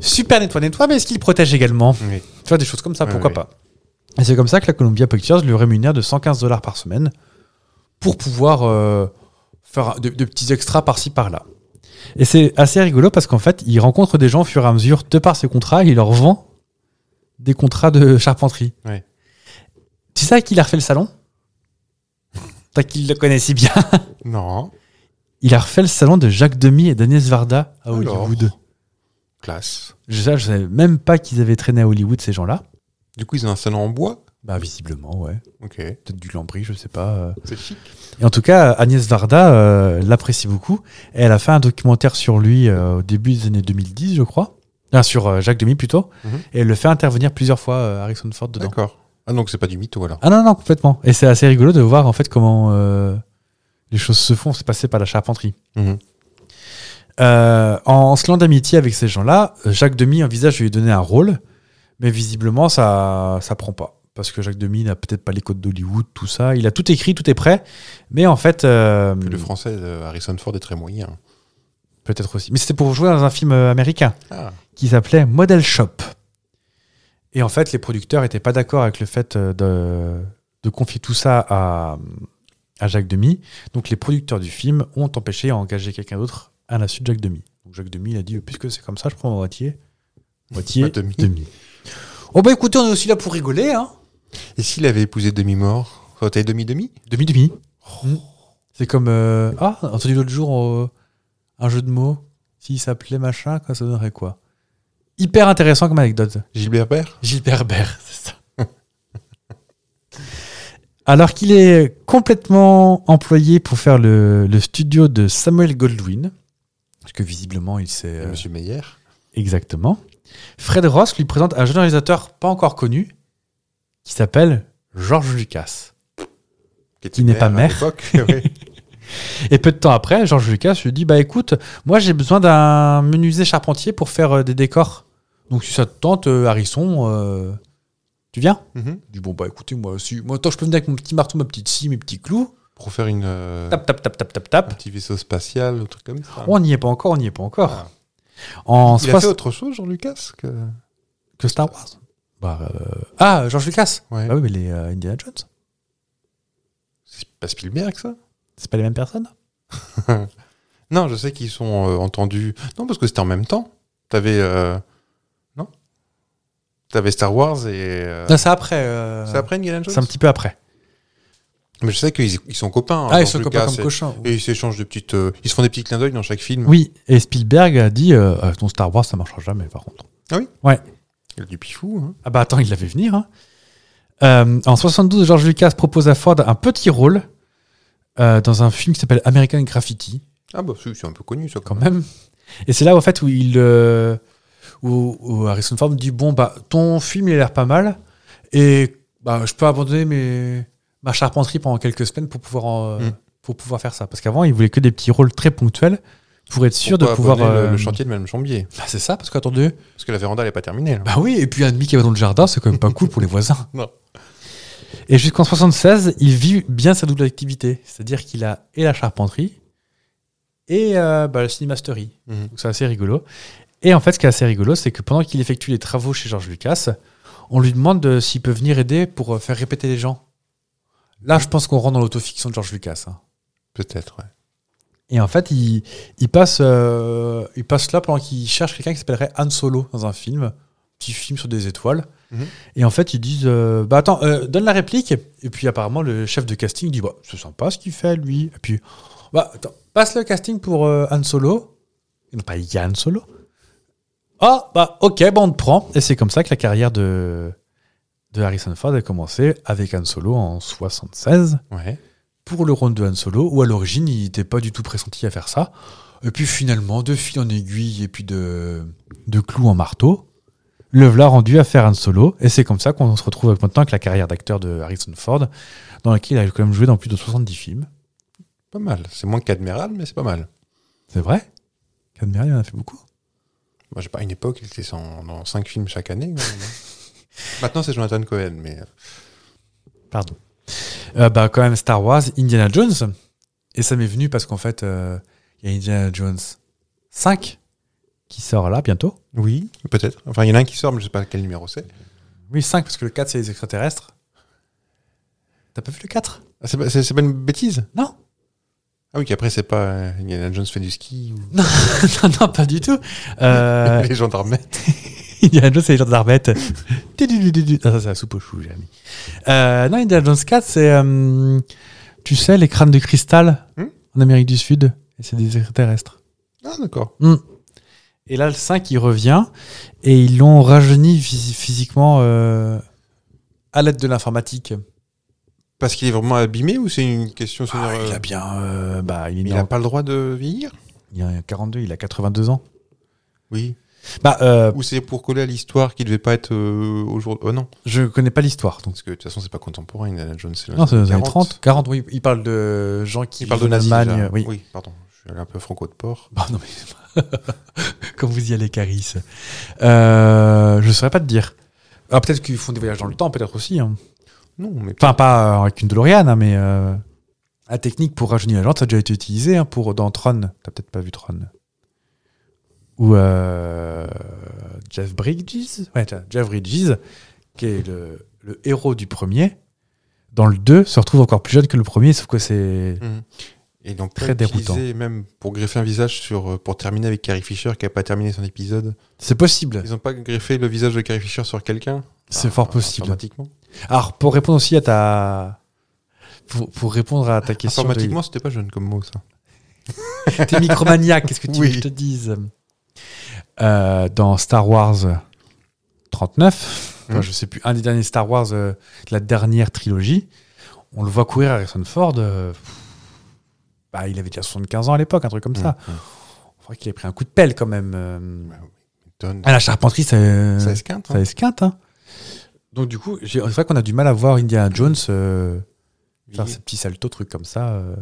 [SPEAKER 1] Super nettoie, nettoie, mais est-ce qu'il protège également
[SPEAKER 2] Oui.
[SPEAKER 1] tu vois, des choses comme ça,
[SPEAKER 2] Ouais,
[SPEAKER 1] pourquoi
[SPEAKER 2] ouais.
[SPEAKER 1] pas. Et c'est comme ça que la Columbia Pictures lui rémunère de 115 dollars par semaine pour pouvoir euh, faire de, de petits extras par-ci par-là. Et c'est assez rigolo parce qu'en fait, il rencontre des gens au fur et à mesure de par ses contrats et il leur vend des contrats de charpenterie.
[SPEAKER 2] Ouais.
[SPEAKER 1] Tu sais à qui il a refait le salon T'as qu'il le connaît si bien.
[SPEAKER 2] Non.
[SPEAKER 1] Il a refait le salon de Jacques Demy et d'Agnès Varda à
[SPEAKER 2] Alors.
[SPEAKER 1] Hollywood.
[SPEAKER 2] Classe.
[SPEAKER 1] Je, ça, je savais même pas qu'ils avaient traîné à Hollywood ces gens-là.
[SPEAKER 2] Du coup, ils ont un salon en bois.
[SPEAKER 1] Bah visiblement, ouais.
[SPEAKER 2] Ok.
[SPEAKER 1] Peut-être du lambris, je sais pas. euh.
[SPEAKER 2] C'est chic.
[SPEAKER 1] Et en tout cas, Agnès Varda euh, l'apprécie beaucoup. Et elle a fait un documentaire sur lui euh, au début des années 2010, je crois. Ah, sur euh, Jacques Demy plutôt,
[SPEAKER 2] Mhm.
[SPEAKER 1] et elle le fait intervenir plusieurs fois euh, Harrison Ford dedans.
[SPEAKER 2] D'accord. Ah donc c'est pas du mytho alors.
[SPEAKER 1] Ah non, non, complètement. Et c'est assez rigolo de voir en fait comment euh, les choses se font. C'est passé par la charpenterie.
[SPEAKER 2] Mhm.
[SPEAKER 1] Euh, en se lant d'amitié avec ces gens-là, euh, Jacques Demy envisage de lui donner un rôle, mais visiblement ça ça prend pas. Parce que Jacques Demy n'a peut-être pas les codes d'Hollywood, tout ça. Il a tout écrit, tout est prêt. Mais en fait. euh,
[SPEAKER 2] Puis Le français euh, Harrison Ford est très moyen.
[SPEAKER 1] Peut-être aussi. Mais c'était pour jouer dans un film euh, américain
[SPEAKER 2] Ah.
[SPEAKER 1] qui s'appelait Model Shop. Et en fait, les producteurs n'étaient pas d'accord avec le fait euh, de, de confier tout ça à, à Jacques Demy. Donc les producteurs du film ont empêché à engager quelqu'un d'autre à la suite de Jacques Demy. Donc Jacques Demy, il a dit, puisque c'est comme ça, je prends ma moitié. Moitié,
[SPEAKER 2] Ma demi.
[SPEAKER 1] demi. Oh bah écoutez, on est aussi là pour rigoler. Hein.
[SPEAKER 2] Et s'il avait épousé demi-mort, ça aurait été demi-demi
[SPEAKER 1] Demi-demi. Mmh. C'est comme... euh, Ah, on a entendu l'autre jour euh, un jeu de mots. S'il s'appelait machin, quoi, ça donnerait quoi Hyper intéressant comme anecdote.
[SPEAKER 2] Gilbert Bert
[SPEAKER 1] Gilbert Bert, c'est ça. Alors qu'il est complètement employé pour faire le, le studio de Samuel Goldwyn, parce que visiblement il sait euh,
[SPEAKER 2] Monsieur Meyer.
[SPEAKER 1] exactement, Fred Ross lui présente un jeune réalisateur pas encore connu qui s'appelle George Lucas.
[SPEAKER 2] était
[SPEAKER 1] qui n'est pas
[SPEAKER 2] à
[SPEAKER 1] maire.
[SPEAKER 2] l'époque, ouais.
[SPEAKER 1] Et peu de temps après, George Lucas lui dit Bah écoute, moi j'ai besoin d'un menuisier charpentier pour faire euh, des décors. Donc si ça te tente, euh, Harrison, euh, tu viens
[SPEAKER 2] Mhm.
[SPEAKER 1] Je dis, bon, bah écoutez, moi aussi, moi, attends, je peux venir avec mon petit marteau, ma petite scie, mes petits clous.
[SPEAKER 2] Pour faire une, euh,
[SPEAKER 1] Tap, tap, tap, tap, tap,
[SPEAKER 2] un
[SPEAKER 1] tap.
[SPEAKER 2] petit vaisseau spatial, un truc comme ça.
[SPEAKER 1] On n'y est pas encore, on n'y est pas encore. En
[SPEAKER 2] Ah. Il a fait
[SPEAKER 1] 60
[SPEAKER 2] autre chose, Jean-Lucas que...
[SPEAKER 1] que Star Wars. Bah, euh, Ah, George Lucas
[SPEAKER 2] Ouais.
[SPEAKER 1] Ah oui, mais les euh, Indiana Jones,
[SPEAKER 2] C'est pas Spielberg, ça
[SPEAKER 1] c'est pas les mêmes personnes
[SPEAKER 2] Non, je sais qu'ils sont euh, entendus. Non, parce que c'était en même temps. T'avais. euh, Non T'avais Star Wars et. euh,
[SPEAKER 1] Non, c'est après. euh,
[SPEAKER 2] C'est après Indiana Jones
[SPEAKER 1] C'est un petit peu après.
[SPEAKER 2] Mais je sais qu'ils ils sont copains. hein,
[SPEAKER 1] ah, ils
[SPEAKER 2] dans
[SPEAKER 1] sont
[SPEAKER 2] le
[SPEAKER 1] copains
[SPEAKER 2] cas,
[SPEAKER 1] comme
[SPEAKER 2] c'est-
[SPEAKER 1] cochins.
[SPEAKER 2] Et ils s'échangent de petites. euh, Ils se font des petits clins d'œil dans chaque film.
[SPEAKER 1] Oui, et Spielberg a dit euh, Ah, Ton Star Wars, ça marchera jamais, par contre.
[SPEAKER 2] Il y a Du pifou. Hein.
[SPEAKER 1] Ah bah attends, il l'avait venir. hein. Euh, en 72, George Lucas propose à Ford un petit rôle euh, dans un film qui s'appelle American Graffiti.
[SPEAKER 2] Ah, bah, c'est c'est un peu connu, ça,
[SPEAKER 1] quand même. Et c'est là, en fait, où il, euh, où, où Harrison Ford dit bon bah ton film il a l'air pas mal et bah je peux abandonner mes, ma charpenterie pendant quelques semaines pour pouvoir en-
[SPEAKER 2] Mm.
[SPEAKER 1] pour pouvoir faire ça. Parce qu'avant il voulait que des petits rôles très ponctuels pour être sûr
[SPEAKER 2] Pourquoi
[SPEAKER 1] de pouvoir
[SPEAKER 2] abonner le,
[SPEAKER 1] euh,
[SPEAKER 2] le chantier de Madame Chambier.
[SPEAKER 1] Bah, c'est ça parce qu'attendez
[SPEAKER 2] Parce que la véranda, elle n'est pas terminée. là.
[SPEAKER 1] bah oui et puis un demi qui va dans le jardin c'est quand même pas cool pour les voisins.
[SPEAKER 2] Non.
[SPEAKER 1] Et jusqu'en 76 il vit bien sa double activité, c'est-à-dire qu'il a et la charpenterie et euh, bah, la cinémasterie.
[SPEAKER 2] Mhm.
[SPEAKER 1] Donc c'est assez rigolo. Et en fait, ce qui est assez rigolo, c'est que pendant qu'il effectue les travaux chez George Lucas, on lui demande de- s'il peut venir aider pour euh, faire répéter les gens. Là, je pense qu'on rentre dans l'autofiction de George Lucas. hein.
[SPEAKER 2] Peut-être, ouais.
[SPEAKER 1] Et en fait, il, il passe, euh, il passe là pendant qu'il cherche quelqu'un qui s'appellerait Han Solo dans un film, petit film sur des étoiles.
[SPEAKER 2] Mhm.
[SPEAKER 1] Et en fait, ils disent euh, Bah attends, euh, donne la réplique. Et puis apparemment, le chef de casting dit Bah, je sens pas ce qu'il fait, lui. Et puis, Bah attends, passe le casting pour euh, Han Solo. Et Non, pas Yann Solo. Ah, bah ok, bah on te prend. Et c'est comme ça que la carrière de, de Harrison Ford a commencé avec Han Solo en 76
[SPEAKER 2] Ouais.
[SPEAKER 1] pour le rôle de Han Solo, où à l'origine, il n'était pas du tout pressenti à faire ça. Et puis finalement, de fil en aiguille et puis de, de clou en marteau, le v'là rendu à faire Han Solo. Et c'est comme ça qu'on se retrouve avec maintenant avec la carrière d'acteur de Harrison Ford, dans laquelle il a quand même joué dans plus de 70 films.
[SPEAKER 2] Pas mal. C'est moins qu'Admiral, mais c'est pas mal.
[SPEAKER 1] C'est vrai Cadmery, il en a fait beaucoup.
[SPEAKER 2] Moi, j'ai pas une époque, il était sans- dans 5 films chaque année. quand même, hein. Maintenant, c'est Jonathan Cohen, mais. euh,
[SPEAKER 1] Pardon. Euh, bah, quand même, Star Wars, Indiana Jones. Et ça m'est venu parce qu'en fait, euh, il y a Indiana Jones 5 qui sort là bientôt.
[SPEAKER 2] Oui. Peut-être. Enfin, il y en a un qui sort, mais je sais pas quel numéro c'est.
[SPEAKER 1] Oui, 5, parce que le 4, c'est les extraterrestres. T'as pas vu le 4
[SPEAKER 2] Ah, c'est pas, c'est- c'est pas une bêtise
[SPEAKER 1] Non.
[SPEAKER 2] Ah oui, qu'après, c'est pas euh, Indiana Jones fait du ski ou
[SPEAKER 1] Non, non, pas du tout. Euh,
[SPEAKER 2] les gendarmes.
[SPEAKER 1] Indiana Jones, c'est les gens d'Arbette. Tududududu. Ah, ça, c'est la soupe au chou, j'ai mis. Euh, non, Indiana Jones 4, c'est. euh, tu sais, les crânes de cristal
[SPEAKER 2] Hmm
[SPEAKER 1] en Amérique du Sud, et c'est des extraterrestres.
[SPEAKER 2] Ah, d'accord.
[SPEAKER 1] Et là, le 5, il revient, et ils l'ont rajeuni phys- physiquement euh, à l'aide de l'informatique.
[SPEAKER 2] Parce qu'il est vraiment abîmé ou c'est une question sur.
[SPEAKER 1] Ah,
[SPEAKER 2] euh,
[SPEAKER 1] il a bien. euh, bah, il est
[SPEAKER 2] mais
[SPEAKER 1] né
[SPEAKER 2] il a
[SPEAKER 1] en-
[SPEAKER 2] pas le droit de vieillir
[SPEAKER 1] il a 42, il a 82 ans.
[SPEAKER 2] Oui.
[SPEAKER 1] Bah, euh,
[SPEAKER 2] Ou c'est pour coller à l'histoire qui devait pas être euh, aujourd'hui. Oh non,
[SPEAKER 1] je connais pas l'histoire. Donc.
[SPEAKER 2] parce que de toute façon, c'est pas contemporain, Indiana Jones. C'est
[SPEAKER 1] Non, c'est dans les années
[SPEAKER 2] 40.
[SPEAKER 1] 30, 40, oui. Il parle de gens qui
[SPEAKER 2] Il parle de
[SPEAKER 1] vivent en
[SPEAKER 2] nazis.
[SPEAKER 1] Allemagne,
[SPEAKER 2] déjà.
[SPEAKER 1] euh, oui.
[SPEAKER 2] oui, pardon, je suis allé un peu franco de port.
[SPEAKER 1] Bon, non, mais- Comme vous y allez, Caris. Euh, je ne saurais pas te dire. Alors, peut-être qu'ils font des voyages dans le temps, peut-être aussi. hein.
[SPEAKER 2] Non, mais
[SPEAKER 1] Enfin, pas euh, avec une DeLorean, hein, mais euh, la technique pour rajeunir la gente, ça a déjà été utilisé hein, pour, dans Tron. T'as peut-être pas vu Tron. Ou euh, Jeff Bridges. Ouais, tiens, Jeff Bridges, qui est le, le héros du premier, dans le 2, se retrouve encore plus jeune que le premier, sauf que c'est.
[SPEAKER 2] Et donc
[SPEAKER 1] Très
[SPEAKER 2] très
[SPEAKER 1] déroutant.
[SPEAKER 2] déroutant. Même pour greffer un visage sur, euh, pour terminer avec Carrie Fisher qui a pas terminé son épisode.
[SPEAKER 1] C'est possible.
[SPEAKER 2] Ils ont pas greffé le visage de Carrie Fisher sur quelqu'un.
[SPEAKER 1] C'est
[SPEAKER 2] Ah,
[SPEAKER 1] fort
[SPEAKER 2] ah,
[SPEAKER 1] possible.
[SPEAKER 2] Informatiquement.
[SPEAKER 1] Alors, pour répondre aussi à ta. Pour, pour répondre à ta question. de-
[SPEAKER 2] Informatiquement, c'était pas jeune comme mot ça.
[SPEAKER 1] T'es micromaniaque, qu'est-ce que tu veux
[SPEAKER 2] Oui.
[SPEAKER 1] que je te dise Euh, Dans Star Wars 39, enfin,
[SPEAKER 2] Mhm.
[SPEAKER 1] je sais plus, un des derniers Star Wars euh, de la dernière trilogie, on le voit courir Harrison Ford. euh, bah, il avait déjà 75 ans à l'époque, un truc comme ça.
[SPEAKER 2] Mmh, mmh.
[SPEAKER 1] On voit qu'il a pris un coup de pelle quand même. euh.
[SPEAKER 2] Bah, Donne-
[SPEAKER 1] Ah, la charpenterie, ça,
[SPEAKER 2] Ça esquinte. hein.
[SPEAKER 1] ça esquinte. hein. Donc, du coup, j'ai- c'est vrai qu'on a du mal à voir Indiana Jones euh, faire
[SPEAKER 2] Oui.
[SPEAKER 1] ces petits saltos, trucs comme ça. euh.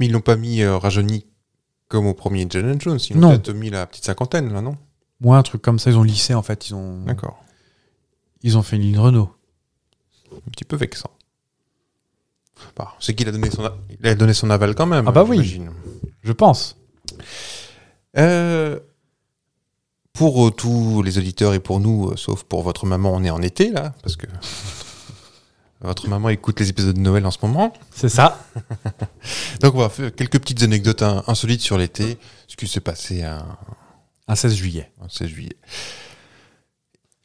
[SPEAKER 2] Mais ils l'ont pas mis euh, rajeuni comme au premier Indiana Jones. Ils
[SPEAKER 1] Non.
[SPEAKER 2] l'ont peut-être mis la petite cinquantaine là, non
[SPEAKER 1] Moi, un truc comme ça, ils ont lissé en fait. Ils ont,
[SPEAKER 2] D'accord.
[SPEAKER 1] ils ont fait une ligne Renault.
[SPEAKER 2] Un petit peu vexant. Bah, c'est qu'il a donné son a- il a donné son aval quand même.
[SPEAKER 1] Ah bah
[SPEAKER 2] hein,
[SPEAKER 1] oui.
[SPEAKER 2] j'imagine.
[SPEAKER 1] Je pense.
[SPEAKER 2] Euh, pour euh, tous les auditeurs et pour nous, euh, sauf pour votre maman, on est en été là, parce que votre maman écoute les épisodes de Noël en ce moment.
[SPEAKER 1] C'est ça.
[SPEAKER 2] Donc on va faire quelques petites anecdotes hein, insolites sur l'été, ce qui s'est passé un,
[SPEAKER 1] Un 16 juillet.
[SPEAKER 2] un 16 juillet.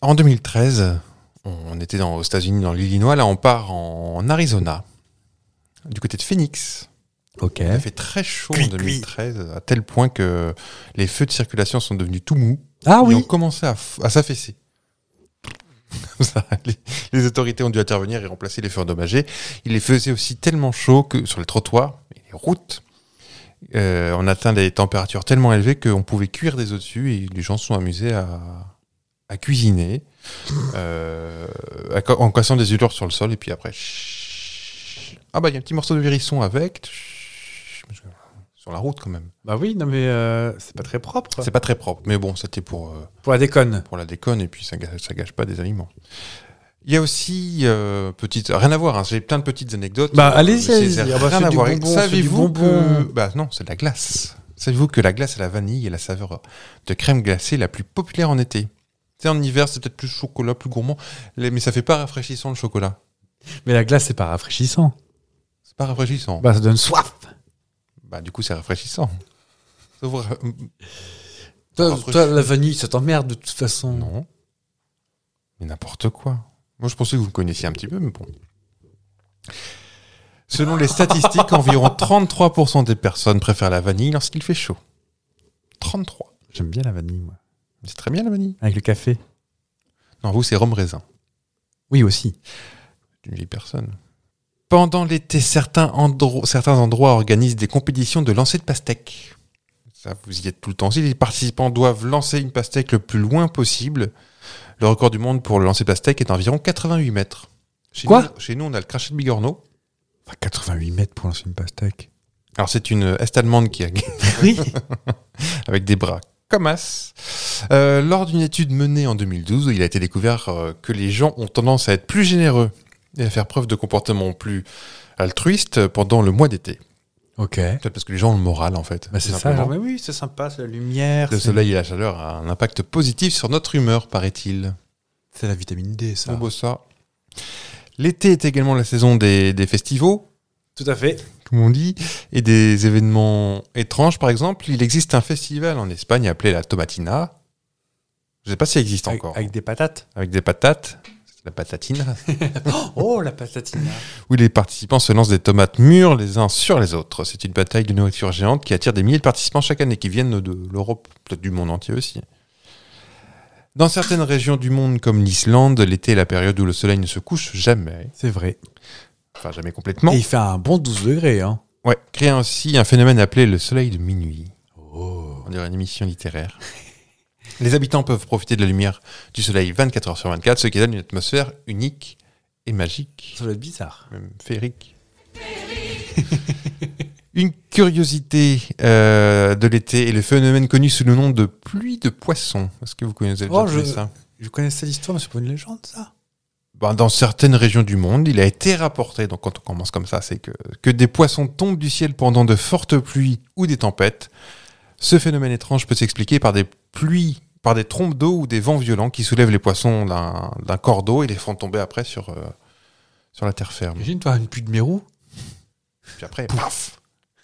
[SPEAKER 2] En 2013, on était dans, aux États-Unis, dans l'Illinois, là on part en Arizona, du côté de Phoenix.
[SPEAKER 1] Ok.
[SPEAKER 2] Il a fait très chaud
[SPEAKER 1] Cui,
[SPEAKER 2] en
[SPEAKER 1] cui.
[SPEAKER 2] 2013, à tel point que les feux de circulation sont devenus tout mous.
[SPEAKER 1] Ah
[SPEAKER 2] Ils ont
[SPEAKER 1] oui.
[SPEAKER 2] commencé à, f- à s'affaisser. Comme ça, les, les autorités ont dû intervenir et remplacer les feux endommagés. Il les faisait aussi tellement chaud que sur les trottoirs et les routes, euh, on atteint des températures tellement élevées qu'on pouvait cuire des œufs dessus et les gens se sont amusés à, à cuisiner euh, à ca- en cassant des œufs sur le sol et puis après. chut. Ah bah il y a un petit morceau de hérisson avec. chut, Sur la route quand même.
[SPEAKER 1] Bah oui, non mais euh, c'est pas très propre.
[SPEAKER 2] C'est pas très propre, mais bon, c'était pour. euh,
[SPEAKER 1] pour la déconne.
[SPEAKER 2] pour la déconne et puis ça gâche, ça gâche pas des aliments. Il y a aussi euh, petite rien à voir. hein, J'ai plein de petites anecdotes.
[SPEAKER 1] Bah,
[SPEAKER 2] Euh,
[SPEAKER 1] allez-y,
[SPEAKER 2] mais c'est-
[SPEAKER 1] allez-y.
[SPEAKER 2] c'est
[SPEAKER 1] Ah bah,
[SPEAKER 2] rien
[SPEAKER 1] c'est
[SPEAKER 2] à
[SPEAKER 1] du
[SPEAKER 2] voir.
[SPEAKER 1] bonbon, c'est du
[SPEAKER 2] Savez-vous que
[SPEAKER 1] bonbon.
[SPEAKER 2] bah non, c'est de la glace. Savez-vous que la glace à la vanille est la saveur de crème glacée la plus populaire en été. C'est en hiver, c'est peut-être plus chocolat, plus gourmand, les- mais ça fait pas rafraîchissant le chocolat.
[SPEAKER 1] Mais la glace, c'est pas rafraîchissant.
[SPEAKER 2] C'est pas rafraîchissant. Bah,
[SPEAKER 1] Bah ça donne soif.
[SPEAKER 2] du coup, c'est rafraîchissant. Ça vous ra-
[SPEAKER 1] Toi,
[SPEAKER 2] Rafraîchi-
[SPEAKER 1] toi, la vanille, ça t'emmerde de toute façon.
[SPEAKER 2] Non. Mais n'importe quoi. Moi, je pensais que vous me connaissiez un petit peu, mais bon. Selon les statistiques, environ 33% des personnes préfèrent la vanille lorsqu'il fait chaud. 33.
[SPEAKER 1] J'aime bien la vanille, moi.
[SPEAKER 2] C'est très bien la vanille.
[SPEAKER 1] Avec le café.
[SPEAKER 2] Non, vous, c'est rhum raisin.
[SPEAKER 1] Oui aussi.
[SPEAKER 2] C'est une vieille personne. Pendant l'été, certains, endro- certains endroits organisent des compétitions de lancer de pastèques. Ça, vous y êtes tout le temps. Si les participants doivent lancer une pastèque le plus loin possible, le record du monde pour le lancer de pastèque est d'environ 88 mètres. Chez
[SPEAKER 1] Quoi
[SPEAKER 2] nous, Chez nous, on a le crachet de Bigorneau.
[SPEAKER 1] Enfin, 88 mètres pour lancer une pastèque.
[SPEAKER 2] Alors, c'est une Est-Allemande qui a
[SPEAKER 1] oui.
[SPEAKER 2] avec des bras comme as. Euh, lors d'une étude menée en 2012, il a été découvert euh, que les gens ont tendance à être plus généreux et à faire preuve de comportements plus altruistes pendant le mois d'été.
[SPEAKER 1] Ok.
[SPEAKER 2] Peut-être parce que les gens ont le moral, en fait.
[SPEAKER 1] Bah
[SPEAKER 2] tout
[SPEAKER 1] c'est ça.
[SPEAKER 2] simplement.
[SPEAKER 1] genre, mais oui, c'est sympa, c'est la lumière.
[SPEAKER 2] Le
[SPEAKER 1] c'est-
[SPEAKER 2] soleil et la chaleur a un impact positif sur notre humeur, paraît-il.
[SPEAKER 1] C'est la vitamine D, ça.
[SPEAKER 2] C'est beau ça. L'été est également la saison des, des festivals,
[SPEAKER 1] Tout à fait.
[SPEAKER 2] comme on dit, et des événements étranges, par exemple. Il existe un festival en Espagne appelé la Tomatina. Je ne sais pas s'il existe
[SPEAKER 1] Avec,
[SPEAKER 2] encore.
[SPEAKER 1] avec des patates.
[SPEAKER 2] avec des patates, c'est la patatine,
[SPEAKER 1] Oh la patatina.
[SPEAKER 2] où les participants se lancent des tomates mûres les uns sur les autres. C'est une bataille de nourriture géante qui attire des milliers de participants chaque année, qui viennent de l'Europe, peut-être du monde entier aussi. Dans certaines régions du monde, comme l'Islande, l'été est la période où le soleil ne se couche jamais,
[SPEAKER 1] C'est vrai.
[SPEAKER 2] enfin jamais complètement.
[SPEAKER 1] Et il fait un bon 12 degrés, hein.
[SPEAKER 2] Ouais, créant aussi un phénomène appelé le soleil de minuit.
[SPEAKER 1] Oh.
[SPEAKER 2] On dirait une émission littéraire. Les habitants peuvent profiter de la lumière du soleil 24 heures sur 24, ce qui donne une atmosphère unique et magique,
[SPEAKER 1] Ça doit être bizarre.
[SPEAKER 2] même féerique. une curiosité euh, de l'été est le phénomène connu sous le nom de pluie de poissons. Est-ce que vous connaissez déjà
[SPEAKER 1] Oh, je-
[SPEAKER 2] ça
[SPEAKER 1] Je connaissais l'histoire, mais c'est pas une légende, ça.
[SPEAKER 2] Ben, dans certaines régions du monde, il a été rapporté, donc quand on commence comme ça, c'est que, que des poissons tombent du ciel pendant de fortes pluies ou des tempêtes. Ce phénomène étrange peut s'expliquer par des pluies, par des trompes d'eau ou des vents violents qui soulèvent les poissons d'un d'un corps d'eau et les font tomber après sur, euh, sur la terre ferme.
[SPEAKER 1] Imagine, toi, une pluie de mérou.
[SPEAKER 2] Puis après, paf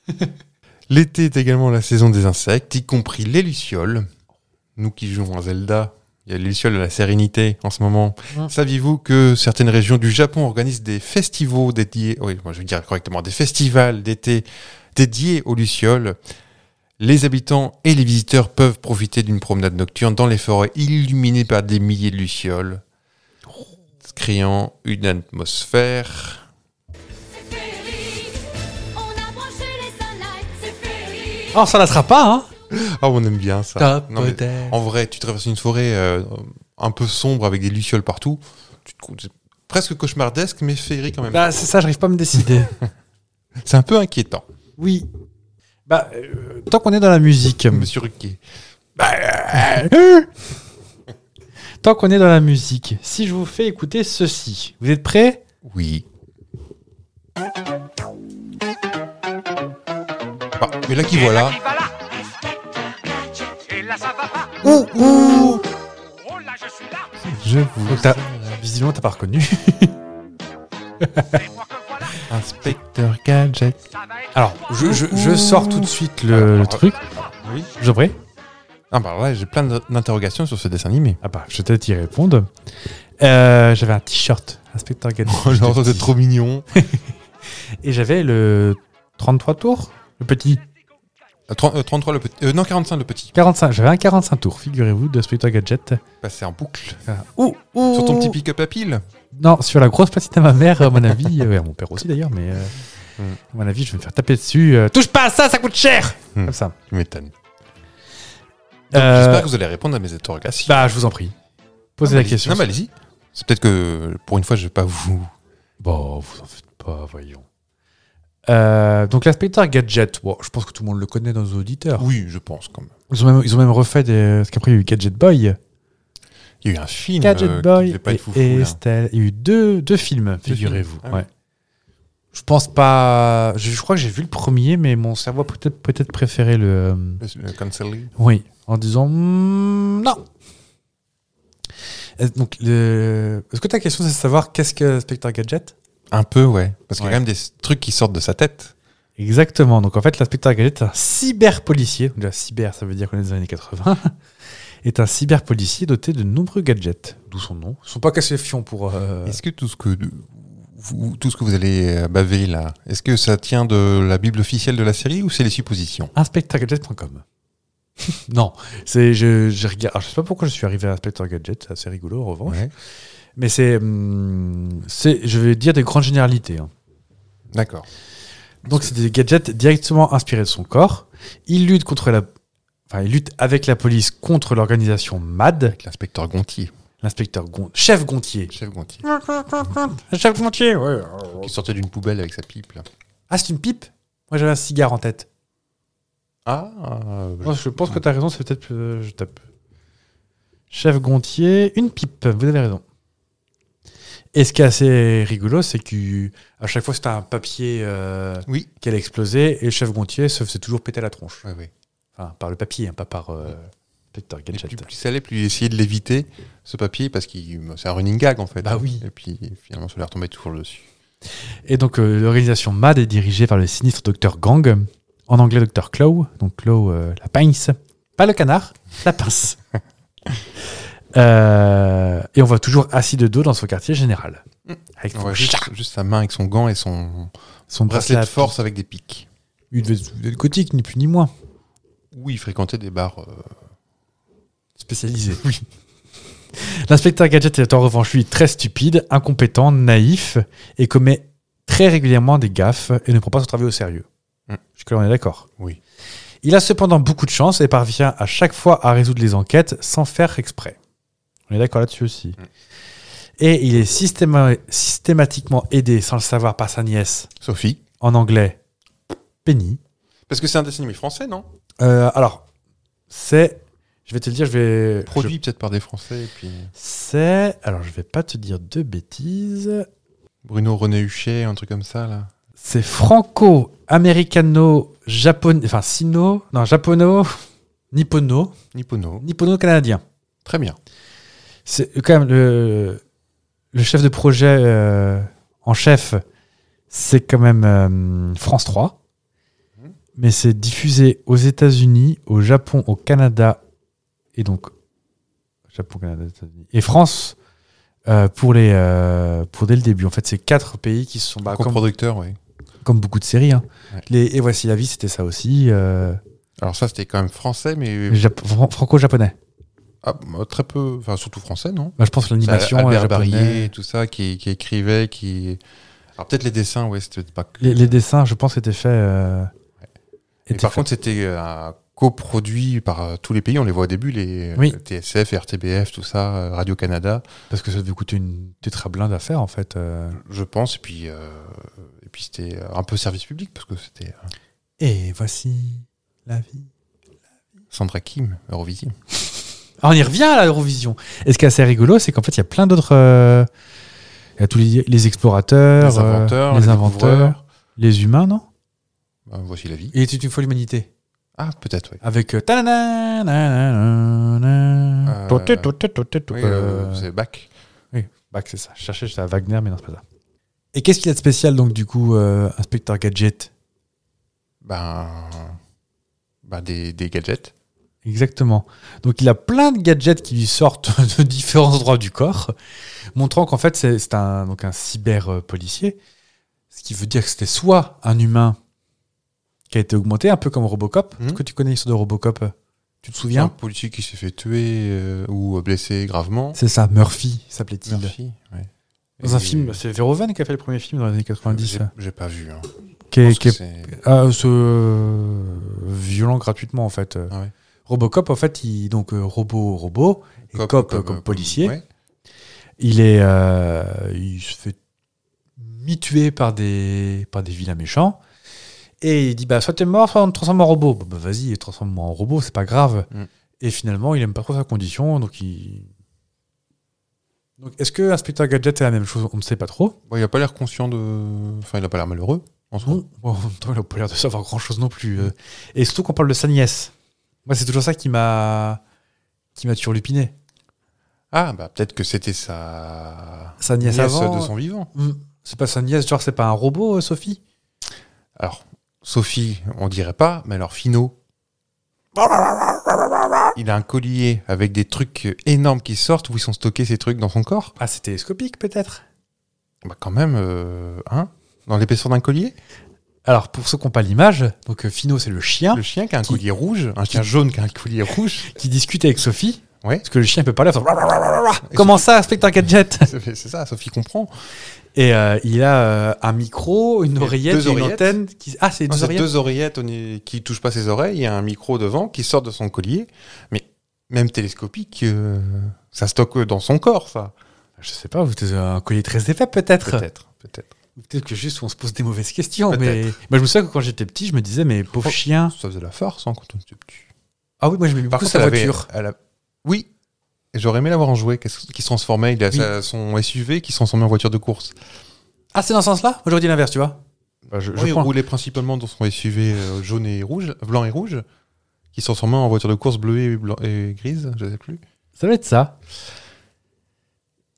[SPEAKER 2] L'été est également la saison des insectes, y compris les lucioles. Nous qui jouons en Zelda, il y a les lucioles de la sérénité en ce moment.
[SPEAKER 1] Mm.
[SPEAKER 2] Saviez-vous que certaines régions du Japon organisent des festivals dédiés, oui, moi je vais dire correctement, des festivals d'été dédiés aux lucioles les habitants et les visiteurs peuvent profiter d'une promenade nocturne dans les forêts illuminées par des milliers de lucioles, créant une atmosphère
[SPEAKER 1] Oh, ça la sera pas, hein
[SPEAKER 2] Ah, on aime bien ça.
[SPEAKER 1] Top,
[SPEAKER 2] Non, mais
[SPEAKER 1] peut-être.
[SPEAKER 2] en vrai, tu traverses une forêt euh, un peu sombre avec des lucioles partout. Tu te cou- c'est presque cauchemardesque, mais féerique quand même.
[SPEAKER 1] Bah, c'est ça, j'arrive pas à me décider.
[SPEAKER 2] C'est un peu inquiétant,
[SPEAKER 1] oui. Bah, euh, tant qu'on est dans la musique.
[SPEAKER 2] monsieur Ruquier.
[SPEAKER 1] Tant qu'on est dans la musique, si je vous fais écouter ceci, vous êtes prêts
[SPEAKER 2] Oui. Ah, mais là qui voilà.
[SPEAKER 4] Qui va là Et là ça va pas Oh là je suis là
[SPEAKER 2] Je vous
[SPEAKER 1] Oh, t'as- Visiblement, t'as pas reconnu.
[SPEAKER 4] C'est moi que voilà
[SPEAKER 2] inspecteur gadget.
[SPEAKER 4] Ça va être
[SPEAKER 1] Alors, je, je- je sors tout de suite le, le truc.
[SPEAKER 2] Oui.
[SPEAKER 1] Ah, Je prie.
[SPEAKER 2] Ah bah là, j'ai plein d'in- d'interrogations sur ce dessin animé.
[SPEAKER 1] Ah bah, je vais peut-être y répondre. Euh, j'avais un t-shirt, Inspecteur Gadget. je te
[SPEAKER 2] Genre,
[SPEAKER 1] dis.
[SPEAKER 2] Oh, c'est trop mignon.
[SPEAKER 1] Et j'avais le 33 tours, le petit.
[SPEAKER 2] Euh, 30, euh, 33 le petit. euh, non, 45 le petit.
[SPEAKER 1] 45, j'avais un 45 tours, figurez-vous, d'Inspecteur Gadget.
[SPEAKER 2] Passé en boucle.
[SPEAKER 1] Ouh,
[SPEAKER 2] Sur ton
[SPEAKER 1] Oh.
[SPEAKER 2] petit pick-up à pile.
[SPEAKER 1] Non, sur la grosse platine à ma mère, à mon avis, euh, et à mon père aussi d'ailleurs, mais euh,
[SPEAKER 2] Mm.
[SPEAKER 1] à mon avis, je vais me faire taper dessus. euh, Touche pas à ça, ça coûte cher
[SPEAKER 2] Mm.
[SPEAKER 1] Comme ça.
[SPEAKER 2] Tu m'étonnes.
[SPEAKER 1] Euh,
[SPEAKER 2] J'espère que vous allez répondre à mes interrogations.
[SPEAKER 1] Bah, je vous en prie. Posez la question.
[SPEAKER 2] Non, mais allez-y. C'est peut-être que pour une fois, je vais pas vous.
[SPEAKER 1] Bon, vous en faites pas, voyons. Euh, donc l'inspecteur Gadget, bon, je pense que tout le monde le connaît dans nos auditeurs.
[SPEAKER 2] Ah Oui, je pense quand même.
[SPEAKER 1] Ils ont même, ils ont même refait des... Parce qu'après, il y a eu Gadget Boy.
[SPEAKER 2] Il y a eu un film
[SPEAKER 1] Gadget
[SPEAKER 2] euh, qui
[SPEAKER 1] Boy
[SPEAKER 2] devait pas
[SPEAKER 1] et
[SPEAKER 2] être foufou. là.
[SPEAKER 1] Estelle. Il y a eu deux, deux films,
[SPEAKER 2] films
[SPEAKER 1] figurez-vous.
[SPEAKER 2] Ah oui.
[SPEAKER 1] ouais. Je pense pas... Je, je crois que j'ai vu le premier, mais mon cerveau a peut-être peut préféré le... euh,
[SPEAKER 2] Le- le Cancelli.
[SPEAKER 1] Oui, en disant Hmm, non. Est-ce- Donc, le... est-ce que ta question c'est de savoir qu'est-ce que Spectre Gadget
[SPEAKER 2] Un peu, ouais. Parce qu'il y a
[SPEAKER 1] Ouais.
[SPEAKER 2] quand même des trucs qui sortent de sa tête.
[SPEAKER 1] Exactement. Donc en fait, l'inspecteur Gadget est un cyberpolicier. Déjà, cyber, ça veut dire qu'on est dans les années 80. est un cyberpolicier doté de nombreux gadgets, d'où son nom. Ils sont pas cassés fions pour. euh,
[SPEAKER 2] Est-ce que tout ce que vous, tout ce que vous allez euh, baver là, est-ce que ça tient de la Bible officielle de la série ou c'est les suppositions
[SPEAKER 1] inspecteurgadget.com. non, c'est je, je regarde. alors, je sais pas pourquoi je suis arrivé à Inspecteur Gadget. C'est assez rigolo en revanche.
[SPEAKER 2] Ouais.
[SPEAKER 1] Mais c'est, hum, c'est, je vais dire des grandes généralités. hein.
[SPEAKER 2] D'accord.
[SPEAKER 1] Donc c'est des gadgets directement inspirés de son corps. Il lutte contre la, enfin il lutte avec la police contre l'organisation MAD,
[SPEAKER 2] L'inspecteur Gontier,
[SPEAKER 1] l'inspecteur Gon- chef Gontier.
[SPEAKER 2] chef Gontier,
[SPEAKER 1] Chef Gontier. Ouais.
[SPEAKER 2] qui sortait d'une poubelle avec sa pipe. là.
[SPEAKER 1] Ah c'est une pipe. Moi j'avais un cigare en tête.
[SPEAKER 2] Ah, euh, je-
[SPEAKER 1] Moi, je pense que t'as raison. C'est peut-être euh, je tape. Chef Gontier, une pipe. Vous avez raison. Et ce qui est assez rigolo, c'est que à chaque fois c'était un papier euh,
[SPEAKER 2] oui.
[SPEAKER 1] qu'elle explosait et le chef Gontier se faisait toujours péter la tronche.
[SPEAKER 2] Ouais, ouais.
[SPEAKER 1] Enfin, par le papier, hein, pas par euh, Inspecteur
[SPEAKER 2] Et
[SPEAKER 1] Gadget.
[SPEAKER 2] plus, plus ça allait, plus il essayait de l'éviter, ce papier, parce que c'est un running gag en fait.
[SPEAKER 1] Bah oui.
[SPEAKER 2] Et puis finalement, ça lui retombait toujours dessus.
[SPEAKER 1] Et donc, euh, l'organisation MAD est dirigée par le sinistre Dr Gang, en anglais Dr Claw, donc Claw, euh, la pince. Pas le canard, la pince. Euh, et on voit toujours assis de dos dans son quartier général. Avec
[SPEAKER 2] Mm.
[SPEAKER 1] son,
[SPEAKER 2] On voit
[SPEAKER 1] cha-
[SPEAKER 2] juste, juste sa main avec son gant et son
[SPEAKER 1] son
[SPEAKER 2] bracelet
[SPEAKER 1] à
[SPEAKER 2] de
[SPEAKER 1] pi-
[SPEAKER 2] force avec des pics.
[SPEAKER 1] Il devait être narcotique, ni plus ni moins.
[SPEAKER 2] Oui, il fréquentait des bars. euh,
[SPEAKER 1] Spécialisé. Oui. L'inspecteur Gadget est en revanche, lui, très stupide, incompétent, naïf, et commet très régulièrement des gaffes et ne prend pas son travail au sérieux.
[SPEAKER 2] Mm.
[SPEAKER 1] Jusque-là, on est d'accord.
[SPEAKER 2] Oui.
[SPEAKER 1] Il a cependant beaucoup de chance et parvient à chaque fois à résoudre les enquêtes sans faire exprès. On est d'accord là-dessus aussi.
[SPEAKER 2] Mm.
[SPEAKER 1] Et il est systéma- systématiquement aidé, sans le savoir, par sa nièce,
[SPEAKER 2] Sophie.
[SPEAKER 1] en anglais, Penny.
[SPEAKER 2] Parce que c'est un dessin animé français, non
[SPEAKER 1] Euh, alors, c'est. Je vais te le dire, je vais.
[SPEAKER 2] Produit peut-être par des Français. Et puis
[SPEAKER 1] je- C'est. Alors, je vais pas te dire de bêtises.
[SPEAKER 2] Bruno René Huchet, un truc comme ça, là.
[SPEAKER 1] C'est franco-américano-japonais. Enfin, sino. Non, japono-nippono.
[SPEAKER 2] Nippono.
[SPEAKER 1] Nippono-canadien.
[SPEAKER 2] Très bien.
[SPEAKER 1] C'est quand même le, le chef de projet euh, en chef, c'est quand même euh, France 3. Mais c'est diffusé aux États-Unis, au Japon, au Canada et donc Japon, Canada, États-Unis et France euh, pour les euh, pour dès le début. En fait, c'est quatre pays qui se sont bah, comme,
[SPEAKER 2] Coproducteur, oui.
[SPEAKER 1] comme beaucoup de séries. hein.
[SPEAKER 2] Ouais.
[SPEAKER 1] Les, et voici la vie, c'était ça aussi, euh,
[SPEAKER 2] Alors ça, c'était quand même français, mais
[SPEAKER 1] Jap- fran- franco-japonais.
[SPEAKER 2] ah, bah, très peu, enfin surtout français, non
[SPEAKER 1] Bah, je pense que l'animation
[SPEAKER 2] C'est Albert
[SPEAKER 1] euh, japonaise.
[SPEAKER 2] Barrier et tout ça, qui, qui écrivait, qui... Alors peut-être les dessins, ouais, c'était pas... que-
[SPEAKER 1] Les, les dessins, je pense, étaient faits. euh,
[SPEAKER 2] Mais
[SPEAKER 1] étaient
[SPEAKER 2] par
[SPEAKER 1] faits.
[SPEAKER 2] contre, c'était euh, un coproduit par euh, tous les pays, on les voit au début, les euh,
[SPEAKER 1] Oui.
[SPEAKER 2] TSF, RTBF, tout ça, euh, Radio-Canada,
[SPEAKER 1] Parce que ça devait coûter une tétrablinde à faire, en fait. euh.
[SPEAKER 2] je pense, et puis, euh, et puis c'était euh, un peu service public, parce que c'était euh,
[SPEAKER 1] Et voici la vie.
[SPEAKER 2] Sandra Kim, Eurovision.
[SPEAKER 1] Ah, on y revient à l'Eurovision. Et ce qui est assez rigolo, c'est qu'en fait, il y a plein d'autres. euh, Il y a tous les, les explorateurs,
[SPEAKER 2] les
[SPEAKER 1] euh,
[SPEAKER 2] inventeurs,
[SPEAKER 1] les,
[SPEAKER 2] les
[SPEAKER 1] inventeurs,
[SPEAKER 2] découvreurs.
[SPEAKER 1] les humains, non
[SPEAKER 2] Euh, voici la vie.
[SPEAKER 1] Il était une fois l'humanité.
[SPEAKER 2] Ah, peut-être, oui.
[SPEAKER 1] Avec. euh, ta-na-na, na-na-na-na.
[SPEAKER 2] Euh,
[SPEAKER 1] Toté, toté, toté, toté.
[SPEAKER 2] Oui, euh, c'est Bach.
[SPEAKER 1] Bah, que c'est ça. Je cherchais, j'étais à Wagner, mais non, c'est pas ça. Et qu'est-ce qu'il y a de spécial, donc, du coup, euh, Inspecteur Gadget
[SPEAKER 2] Ben, ben des, des gadgets.
[SPEAKER 1] Exactement. Donc il a plein de gadgets qui lui sortent de différents endroits du corps, montrant qu'en fait c'est c'est un, donc un cyber euh, policier, ce qui veut dire que c'était soit un humain qui a été augmenté, un peu comme Robocop.
[SPEAKER 2] Mhm.
[SPEAKER 1] Est-ce que tu connais l'histoire de Robocop euh, Tu te
[SPEAKER 2] Un
[SPEAKER 1] souviens
[SPEAKER 2] policier qui s'est fait tuer euh, ou blessé gravement.
[SPEAKER 1] C'est ça, Murphy s'appelait-il.
[SPEAKER 2] Murphy, ouais.
[SPEAKER 1] Dans un
[SPEAKER 2] Et- euh,
[SPEAKER 1] film, c'est Verhoeven qui a fait le premier film dans les années 90.
[SPEAKER 2] J'ai- J'ai pas vu. hein.
[SPEAKER 1] Qui
[SPEAKER 2] Je
[SPEAKER 1] est- qui
[SPEAKER 2] pense que
[SPEAKER 1] est-
[SPEAKER 2] c'est-
[SPEAKER 1] Ah, ce euh, violent gratuitement en fait.
[SPEAKER 2] Ah ouais.
[SPEAKER 1] Robocop en fait, il donc euh, robot robot et cop, euh, comme, policier.
[SPEAKER 2] ouais.
[SPEAKER 1] Il est, euh, il se fait mi-tuer par des, par des vilains méchants. Et il dit bah soit t'es mort, soit on te transforme en robot. Bah, bah, vas-y, transforme-moi en robot, c'est pas grave.
[SPEAKER 2] Mm.
[SPEAKER 1] Et finalement, il aime pas trop sa condition, donc il. Donc est-ce que Inspecteur Gadget est la même chose On ne sait pas trop.
[SPEAKER 2] Bon, il a pas l'air conscient de. Enfin, il a pas l'air malheureux. En soi.
[SPEAKER 1] Bon, en même temps, il a pas l'air de savoir grand-chose non plus. euh. Et surtout qu'on parle de sa nièce. Moi, c'est toujours ça qui m'a qui m'a turlupiné.
[SPEAKER 2] Ah, bah peut-être que c'était sa
[SPEAKER 1] Sa nièce,
[SPEAKER 2] nièce
[SPEAKER 1] avant.
[SPEAKER 2] de son vivant.
[SPEAKER 1] Mm. C'est pas sa nièce, genre c'est pas un robot, euh, Sophie
[SPEAKER 2] Alors, Sophie, on dirait pas, mais alors Fino. Il a un collier avec des trucs énormes qui sortent où ils sont stockés ces trucs dans son corps.
[SPEAKER 1] Ah, c'est télescopique peut-être
[SPEAKER 2] Bah quand même, euh, hein Dans l'épaisseur d'un collier
[SPEAKER 1] Alors, pour ceux qui n'ont pas l'image, donc euh, Fino, c'est le chien
[SPEAKER 2] Le chien qui a un
[SPEAKER 1] Qui-
[SPEAKER 2] collier rouge, un chien jaune qui a un collier rouge.
[SPEAKER 1] qui discute avec Sophie.
[SPEAKER 2] Ouais.
[SPEAKER 1] Parce que le chien peut parler. Comment ça, Inspecteur Gadget
[SPEAKER 2] C'est c'est ça, Sophie comprend.
[SPEAKER 1] Et euh, il a euh, un micro, une
[SPEAKER 2] Et
[SPEAKER 1] oreillette,
[SPEAKER 2] deux
[SPEAKER 1] et une
[SPEAKER 2] oreillettes.
[SPEAKER 1] antenne. Qui... Ah, c'est
[SPEAKER 2] Non,
[SPEAKER 1] deux
[SPEAKER 2] c'est
[SPEAKER 1] oreillettes.
[SPEAKER 2] deux oreillettes on est- qui touchent pas ses oreilles, il y a un micro devant qui sort de son collier, mais même télescopique, euh, ça stocke dans son corps, ça.
[SPEAKER 1] Je sais pas, vous êtes un collier très épais peut-être. Peut-être
[SPEAKER 2] Peut-être, peut-être.
[SPEAKER 1] que juste on se pose des mauvaises questions. Mais...
[SPEAKER 2] Peut-être.
[SPEAKER 1] Moi, je me souviens que quand j'étais petit, je me disais, mais pauvre
[SPEAKER 2] Oh.
[SPEAKER 1] chien.
[SPEAKER 2] Ça faisait la farce hein, quand on était petit.
[SPEAKER 1] Ah oui, moi j'aimais beaucoup sa
[SPEAKER 2] elle avait-
[SPEAKER 1] voiture.
[SPEAKER 2] elle a- Oui, Et j'aurais aimé l'avoir en jouet, qu'est-ce- qui se transformait. Il a
[SPEAKER 1] Oui.
[SPEAKER 2] sa- son SUV qui se transformait en voiture de course.
[SPEAKER 1] Ah, c'est dans ce sens-là Moi j'aurais dit l'inverse, tu vois.
[SPEAKER 2] Bah, je,
[SPEAKER 1] je prends.
[SPEAKER 2] il roulait principalement dans son SUV euh, jaune et rouge, blanc et rouge, qui se transformait en voiture de course bleue et, blanc- et grise, je sais plus.
[SPEAKER 1] Ça va être ça.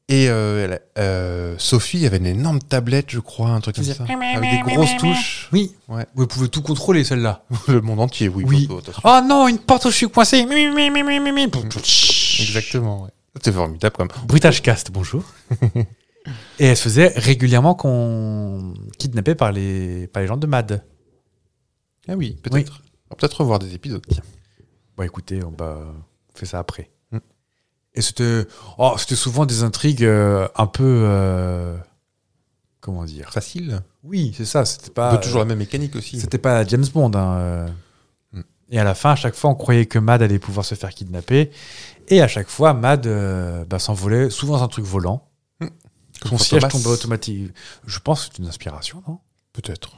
[SPEAKER 2] Et euh, elle a- euh, Sophie avait une énorme tablette, je crois, un truc comme
[SPEAKER 1] C'est-
[SPEAKER 2] ça, avec des grosses touches.
[SPEAKER 1] Oui.
[SPEAKER 2] Ouais.
[SPEAKER 1] Vous pouvez tout contrôler celle-là.
[SPEAKER 2] Le monde entier, oui.
[SPEAKER 1] Oui.
[SPEAKER 2] faut- faut- faut-
[SPEAKER 1] Oh non, une porte où je suis coincé. Mi, mi, mi, mi, mi, mi.
[SPEAKER 2] Exactement. ouais. C'est formidable quand même.
[SPEAKER 1] Bruitage cast, bonjour. Et elle se faisait régulièrement qu'on kidnappait par les, par les gens de MAD.
[SPEAKER 2] Ah oui, peut-être. On va Peut-être revoir des épisodes. tiens.
[SPEAKER 1] Bon, écoutez, on, bah, on fait ça après.
[SPEAKER 2] Mm.
[SPEAKER 1] Et c'était oh, c'était souvent des intrigues euh, un peu. euh, comment dire
[SPEAKER 2] Facile.
[SPEAKER 1] Oui, c'est ça. C'était
[SPEAKER 2] On
[SPEAKER 1] pas.
[SPEAKER 2] euh, veut toujours la même mécanique aussi.
[SPEAKER 1] C'était pas James Bond. hein, euh.
[SPEAKER 2] Mm.
[SPEAKER 1] Et à la fin, à chaque fois, on croyait que Mad allait pouvoir se faire kidnapper. Et à chaque fois, Mad euh, bah, s'envolait, souvent dans un truc volant. Son
[SPEAKER 2] Pour
[SPEAKER 1] siège
[SPEAKER 2] Thomas,
[SPEAKER 1] tombait automatique. Je pense que c'est une inspiration, non
[SPEAKER 2] Peut-être.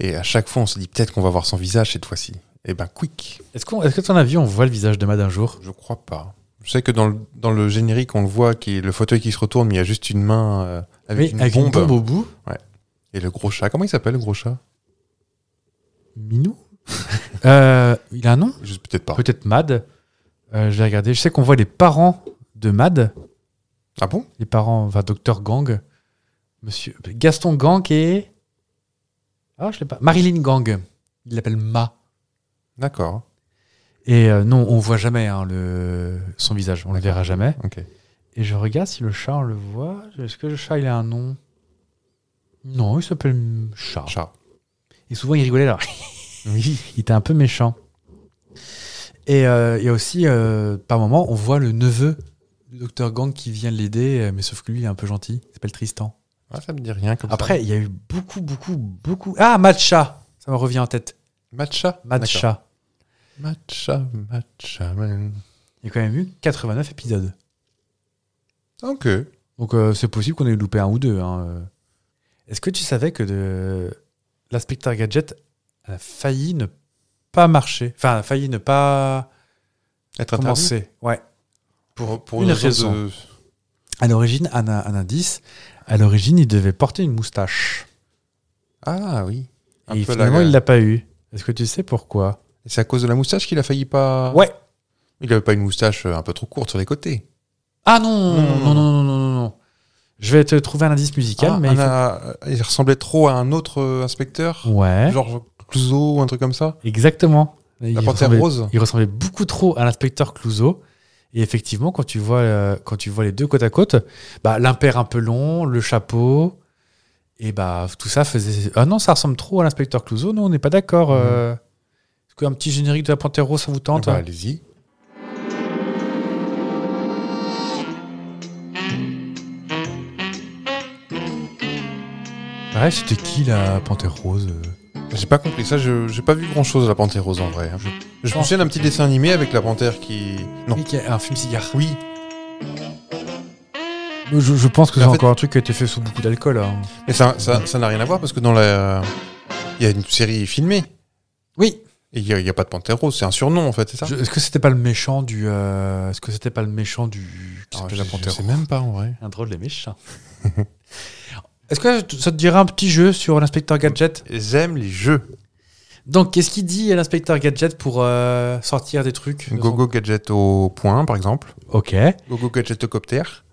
[SPEAKER 2] Et à chaque fois, on se dit peut-être qu'on va voir son visage cette fois-ci. Eh ben, quick.
[SPEAKER 1] Est-ce qu'on- est-ce que, ton avis, on voit le visage de Mad un jour
[SPEAKER 2] Je crois pas. Je sais que dans le, dans le générique, on le voit, qui est le fauteuil qui se retourne, mais il y a juste une main euh, avec,
[SPEAKER 1] Oui,
[SPEAKER 2] une,
[SPEAKER 1] avec
[SPEAKER 2] bombe.
[SPEAKER 1] une bombe au bout.
[SPEAKER 2] Et le gros chat. Comment il s'appelle, le gros chat
[SPEAKER 1] Minou Euh, Il a un nom
[SPEAKER 2] Je sais peut-être pas.
[SPEAKER 1] Peut-être Mad. Euh, je vais regarder. Je sais qu'on voit les parents de Mad.
[SPEAKER 2] Ah bon
[SPEAKER 1] Les parents, enfin, Docteur Gang. Monsieur Gaston Gang et. Ah, je l'ai pas. Marilyn Gang. Il l'appelle Ma.
[SPEAKER 2] D'accord.
[SPEAKER 1] Et euh, non, on voit jamais hein, le... son visage. On le verra jamais.
[SPEAKER 2] Ok.
[SPEAKER 1] Et je regarde si le chat, on le voit. Est-ce que le chat, il a un nom Non, il s'appelle Chat.
[SPEAKER 2] Chat.
[SPEAKER 1] Et souvent, il rigolait là.
[SPEAKER 2] Oui.
[SPEAKER 1] il était un peu méchant. Et euh, il y a aussi, euh, par moment, on voit le neveu du docteur Gang qui vient l'aider, euh, mais sauf que lui, il est un peu gentil. Il s'appelle Tristan.
[SPEAKER 2] Ah, ça me dit rien comme ça.
[SPEAKER 1] Après, il y a eu beaucoup, beaucoup, beaucoup. Ah, Matcha Ça me revient en tête.
[SPEAKER 2] Matcha. D'accord.
[SPEAKER 1] Matcha.
[SPEAKER 2] Matcha, matcha, man.
[SPEAKER 1] Il y a quand même eu 89 épisodes.
[SPEAKER 2] Ok.
[SPEAKER 1] Donc, euh, c'est possible qu'on ait loupé un ou deux. hein, euh. Est-ce que tu savais que de... l'inspecteur Gadget a failli ne pas marcher Enfin, a failli ne pas
[SPEAKER 2] Être interdit
[SPEAKER 1] commencer. Ouais.
[SPEAKER 2] pour, pour
[SPEAKER 1] une
[SPEAKER 2] de-
[SPEAKER 1] À l'origine, un, un indice, à l'origine, il devait porter une moustache.
[SPEAKER 2] Ah oui. Un
[SPEAKER 1] et
[SPEAKER 2] peu
[SPEAKER 1] finalement,
[SPEAKER 2] la-
[SPEAKER 1] il l'a pas eu. Est-ce que tu sais pourquoi
[SPEAKER 2] C'est à cause de la moustache qu'il a failli pas.
[SPEAKER 1] Ouais.
[SPEAKER 2] Il avait pas une moustache euh, un peu trop courte sur les côtés.
[SPEAKER 1] Ah non,
[SPEAKER 2] Non,
[SPEAKER 1] non, non,
[SPEAKER 2] non,
[SPEAKER 1] non, non, non, non, non. Je vais te trouver un indice musical,
[SPEAKER 2] Ah,
[SPEAKER 1] mais...
[SPEAKER 2] un
[SPEAKER 1] il faut-
[SPEAKER 2] a- il ressemblait trop à un autre euh, inspecteur,
[SPEAKER 1] Ouais,
[SPEAKER 2] genre Clouseau ou un truc comme ça.
[SPEAKER 1] exactement. Il
[SPEAKER 2] La panthère
[SPEAKER 1] ressemblait-
[SPEAKER 2] rose.
[SPEAKER 1] Il ressemblait beaucoup trop à l'inspecteur Clouseau. Et effectivement, quand tu vois, euh, quand tu vois les deux côte à côte, bah, l'impair un peu long, le chapeau, et bah tout ça faisait. Ah non, ça ressemble trop à l'inspecteur Clouseau. Non, on n'est pas d'accord. euh. Est-ce qu'un petit générique de la Panthère Rose, ça vous tente hein
[SPEAKER 2] Bah, Allez-y.
[SPEAKER 1] Ouais, c'était qui la euh Panthère Rose
[SPEAKER 2] J'ai pas compris ça. Je j'ai pas vu grand chose la panthère rose en vrai. hein. Je, je me
[SPEAKER 1] pense
[SPEAKER 2] souviens d'un petit dessin animé avec la panthère qui. Non.
[SPEAKER 1] Oui, qui a un film cigare.
[SPEAKER 2] Oui.
[SPEAKER 1] Je, je pense que
[SPEAKER 2] Mais
[SPEAKER 1] c'est
[SPEAKER 2] en fait-
[SPEAKER 1] encore un truc qui a été fait sous beaucoup d'alcool. hein.
[SPEAKER 2] Mais ça ça ça n'a rien à voir parce que dans la il y a une série filmée.
[SPEAKER 1] Oui.
[SPEAKER 2] Et il n'y a, pas de panthère rose, c'est un surnom en fait, c'est ça
[SPEAKER 1] Je- Est-ce que c'était pas le méchant du. euh, Est-ce que c'était pas le méchant du. Oh, qui
[SPEAKER 2] Ah,
[SPEAKER 1] s'appelait
[SPEAKER 2] je-
[SPEAKER 1] la
[SPEAKER 2] je
[SPEAKER 1] Panthère
[SPEAKER 2] sais même pas en vrai.
[SPEAKER 1] Un drôle de méchant. Est-ce que t- ça te dirait un petit jeu sur l'inspecteur Gadget
[SPEAKER 2] J'aime les jeux.
[SPEAKER 1] Donc, qu'est-ce qu'il dit à l'inspecteur Gadget pour euh, sortir des trucs de
[SPEAKER 2] Gogo Gadget au point, par exemple.
[SPEAKER 1] son- Ok.
[SPEAKER 2] Gogo Gadget au coptère.